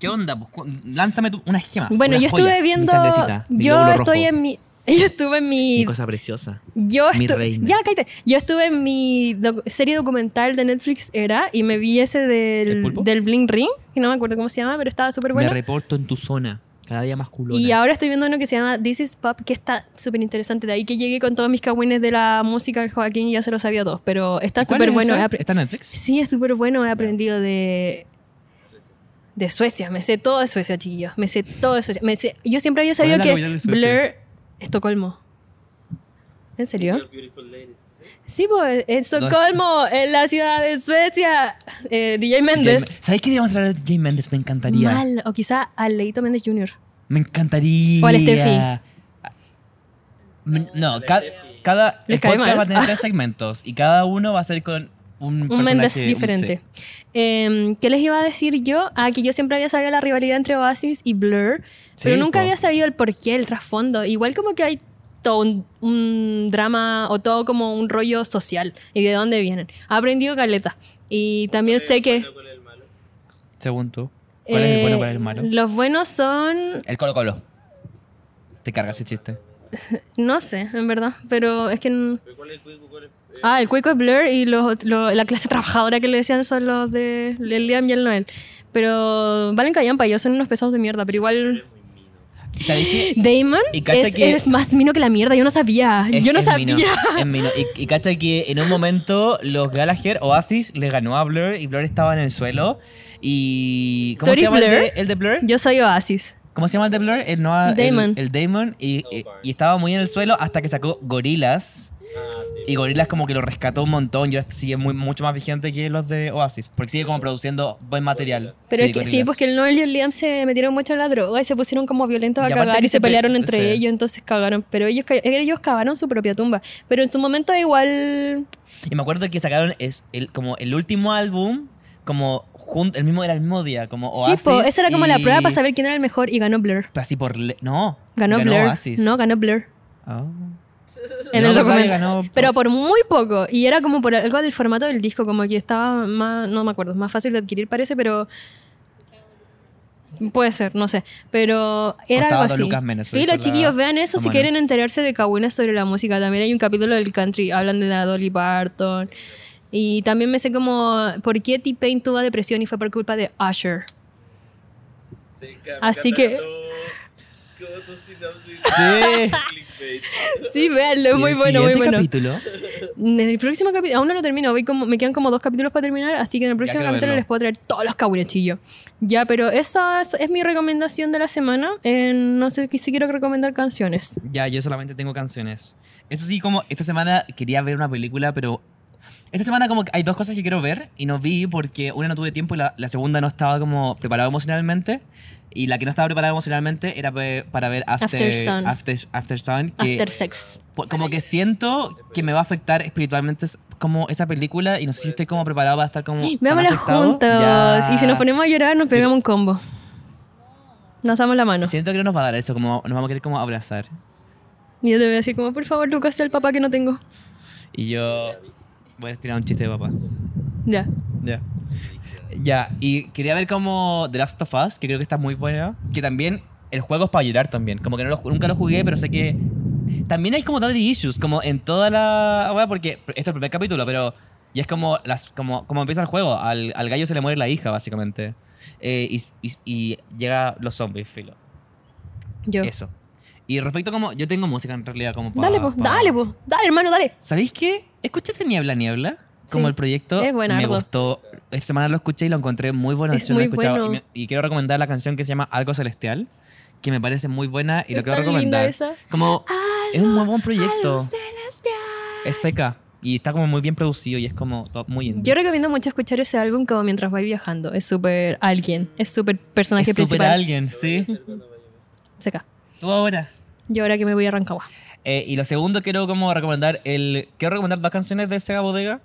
¿Qué onda? pues? Cu- Lánzame tú unas gemas. Bueno, unas yo estuve joyas, mi viendo sangrecita, mi yo lóbulo estoy rojo, en mi yo estuve en mi Mi cosa preciosa. yo mi estu- reina. ya cállate. Yo estuve en mi docu- serie documental de Netflix era y me vi ese ¿El del pulpo? del Bling Ring, que no me acuerdo cómo se llama, pero estaba súper bueno. Me reporto en tu zona. Cada día más culona. Y ahora estoy viendo uno que se llama This is Pop, que está súper interesante. De ahí que llegué con todos mis cagüines de la música del Joaquín y ya se lo sabía todos. Pero está ¿Y cuál súper es bueno. esa? He apre- ¿Está en Netflix? Sí, es súper bueno. He aprendido de. De Suecia. Me sé todo de Suecia, chiquillos. Me sé todo de Suecia. Me sé- Yo siempre había ¿Cuál es sabido la que capital de Suecia? Blur. Estocolmo. ¿En serio? Your beautiful ladies. ¿sí? Sí, pues, en Estocolmo, en la ciudad de Suecia. Eh, DJ Méndez. ¿Sabes qué deberíamos traer a Jay Méndez? Me encantaría. Mal. O quizá al Leito Méndez Jr. Me encantaría. O al Steffi. Me- No, ca- cada Les el cae podcast mal. va a tener tres segmentos y cada uno va a ser con un, Un Méndez personaje diferente. Em, ¿Qué les iba a decir yo? Ah, que yo siempre había sabido la rivalidad entre Oasis y Blur, pero Sí, nunca po. había sabido el porqué, el trasfondo. Igual como que hay todo un, un drama o todo como un rollo social y de dónde vienen. He aprendido caleta. Y también sé que... ¿Cuál es el malo? Sí, según tú. ¿Cuál es el bueno, cuál es el malo? eh, Los buenos son... El Colo Colo. Te cargas ese chiste. No sé, en verdad, pero es que... n- ¿Pero ¿Cuál es el cuico? ¿Cuál es eh, Ah, el cuico es Blur y los, lo- la clase trabajadora que le decían son los de el Liam y el Noel. Pero valen callampa, ellos son unos pesados de mierda, pero igual... ¿Sabes qué? Damon Y cacha es, que- es más mino que la mierda, yo no sabía, Es- yo no es sabía. mino, es mino. Y, y cacha que en un momento los Gallagher, Oasis, le ganó a Blur y Blur estaba en el suelo. Y. ¿Cómo ¿Tú se eres llama el Blur? de, el de Blur? Yo soy Oasis. ¿Cómo se llama el de Blur? El, Noah- el- Damon. El, Damon. Y, y- y estaba muy en el suelo hasta que sacó Gorilas. Ah, sí. Y Gorilas como que lo rescató un montón y ahora sigue muy, mucho más vigente que los de Oasis. Porque sigue como produciendo buen material. Pero es que sí, Gorillaz. porque el Noel y el Liam se metieron mucho en la droga y se pusieron como violentos a Y aparte cagar que y se se pe- pelearon entre sí. ellos, entonces cagaron. Pero ellos, ca- eh, ellos cavaron su propia tumba. Pero en su momento igual... Y me acuerdo que sacaron es, el, como el último álbum, como jun- el mismo era el mismo día, como Oasis. sí, po, esa era como la y- prueba para saber quién era el mejor y ganó Blur. Pero así por... le- no. Ganó, Blur. Oasis. No, ganó Blur. Ah. En No, el ¿verdad que documento. ganó? Pero por muy poco. Y era como por algo del formato del disco, como que estaba más, no me acuerdo, más fácil de adquirir parece, pero... Puede ser, no sé. Pero era algo Costaba dos así. lucas menos, sí, por los la- chiquillos vean eso la si mano. quieren enterarse de cagüines sobre la música. También hay un capítulo del country, hablan de la Dolly Parton. Y también me sé como por qué T-Pain tuvo depresión y fue por culpa de Usher. Sí, ca- Así que- cantando cosas sin abrir. Sí. Clickbait. Sí, véanlo, es Y muy el bueno, muy siguiente bueno. capítulo. En el próximo capítulo, aún no lo termino, voy como, me quedan como dos capítulos para terminar, así que en el próximo quiero capítulo verlo. les puedo traer todos los cabullechillos. Ya, pero esa es, es mi recomendación de la semana. Eh, no sé qué- si quiero recomendar canciones. Ya, yo solamente tengo canciones. Eso sí, como esta semana quería ver una película, pero... Esta semana como que hay dos cosas que quiero ver y no vi porque una no tuve tiempo y la, la segunda no estaba como preparada emocionalmente. Y la que no estaba preparada emocionalmente era pe- para ver After, After Sun. After, After Sun, que- After Sex. po- como que siento que me va a afectar espiritualmente es- como esa película y no sé si estoy como preparado para estar como... tan Veámosla afectado. juntos. Ya. Y si nos ponemos a llorar, nos pegamos un combo. Nos damos la mano. Siento que no nos va a dar eso, como nos vamos a querer como abrazar. Y yo te voy a decir como, por favor, Lucas, sea el papá que no tengo. Y yo voy a tirar un chiste de papá. Ya. Ya. Ya, y quería ver como The Last of Us, que creo que está muy bueno. Que también el juego es para llorar también. Como que no lo ju- nunca lo jugué, pero sé que. También hay como daddy issues, como en toda la. Bueno, porque esto es el primer capítulo, pero. Y es como, las, como, como empieza el juego. Al, al gallo se le muere la hija, básicamente. Eh, y, y, y llega los zombies, filo. Yo. Eso. Y respecto como. Yo tengo música en realidad, como pa- dale, po, pa- dale, po. Dale, hermano, dale. ¿Sabéis qué? ¿Escuchaste Niebla Niebla? Como Sí. el proyecto Es buenardo. me gustó. Esta semana lo escuché y lo encontré muy bueno. Es yo no he muy escuchado. bueno. Y, me- y quiero recomendar la canción que se llama Algo Celestial, que me parece muy buena y lo Es quiero tan linda recomendar. esa. Como es un muy buen proyecto. Algo celestial. Es seca y está como muy bien producido y es como to- muy indie. Yo recomiendo mucho escuchar ese álbum como mientras vais viajando. Es súper alguien, es súper personaje es super principal. alguien, sí. Seca. Tú ahora. Yo ahora que me voy a Rancagua. Eh, y lo segundo quiero como recomendar el quiero recomendar dos canciones de Sega Bodega.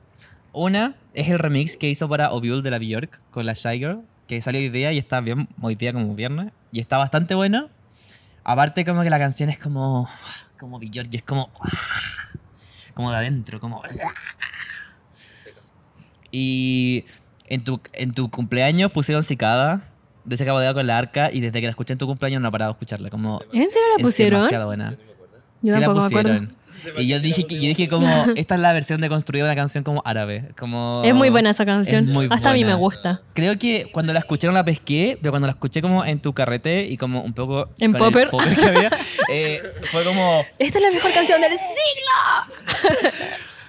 Una es el remix que hizo para Obiul de la Bjork con la Shy Girl, que salió hoy día y está bien hoy día como viernes y está bastante bueno. Aparte como que la canción es como como Bjork y es como como de adentro, como y en tu en tu cumpleaños pusieron Cicada de Sega Bodega con la arca y desde que la escuché en tu cumpleaños no he parado de escucharla como ¿En serio la es pusieron? demasiado buena. Yo Sí la tampoco me acuerdo. pusieron. Y yo dije, que- yo dije como, esta es la versión de construida de una canción como árabe. Como, Es muy buena esa canción. es muy Hasta a mí me buena. gusta. Creo que cuando la escuché no la pesqué, pero cuando la escuché como en tu carrete y como un poco... En con el popper. que había, eh, fue como... Esta es la mejor canción del siglo.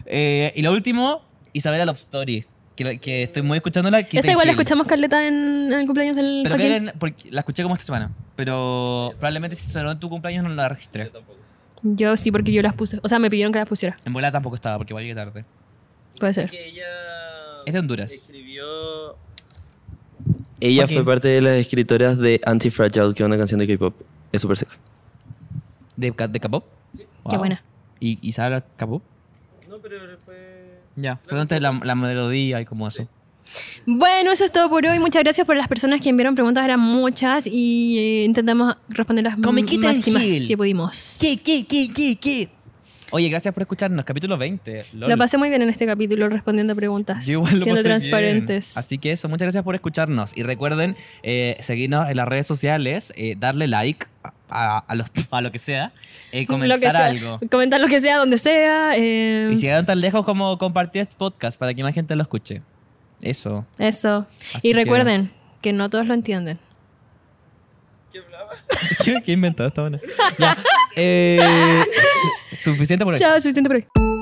eh, y lo último, Isabela Love Story, que, la- que estoy muy escuchándola. que Esa te igual la dije, escuchamos Carleta en, en el cumpleaños del Pero Joaquín. peguen- porque la escuché como esta semana, pero probablemente si sonó en tu cumpleaños no la registré. Yo tampoco. Yo sí, porque yo las puse. O sea, me pidieron que las pusiera. En bola tampoco estaba, porque igual llegué tarde. Puede ser. Que ella Es de Honduras. Escribió Ella Ok. fue parte de las escritoras de Anti-Fragile, que es una canción de K-pop. Es súper seca. ¿De, ca- de K-pop? Qué buena. ¿Y, y sabe hablar K-pop? No, pero fue. Ya, solamente la, la melodía y como eso. Bueno, eso es todo por hoy. Muchas gracias por las personas que enviaron preguntas. Eran muchas y eh, intentamos responder las Comiquita en máximas Gil. que pudimos. qué, qué, qué, qué? Oye, gracias por escucharnos, capítulo 20. lol. Lo pasé muy bien en este capítulo respondiendo preguntas, Yo igual lo siendo pasé transparentes. bien. Así que eso, muchas gracias por escucharnos. Y recuerden eh, seguirnos en las redes sociales, eh, darle like a, a- a los, a lo que sea, eh, comentar Lo que sea. algo. Comentar lo que sea, donde sea. eh, Y si llegaron tan lejos como compartir este podcast para que más gente lo escuche. Eso. Eso. Así y que- recuerden que no todos lo entienden. ¿Qué hablaba? ¿Qué, qué inventado esta buena? Ya. eh, suficiente por hoy. Chao, suficiente por hoy.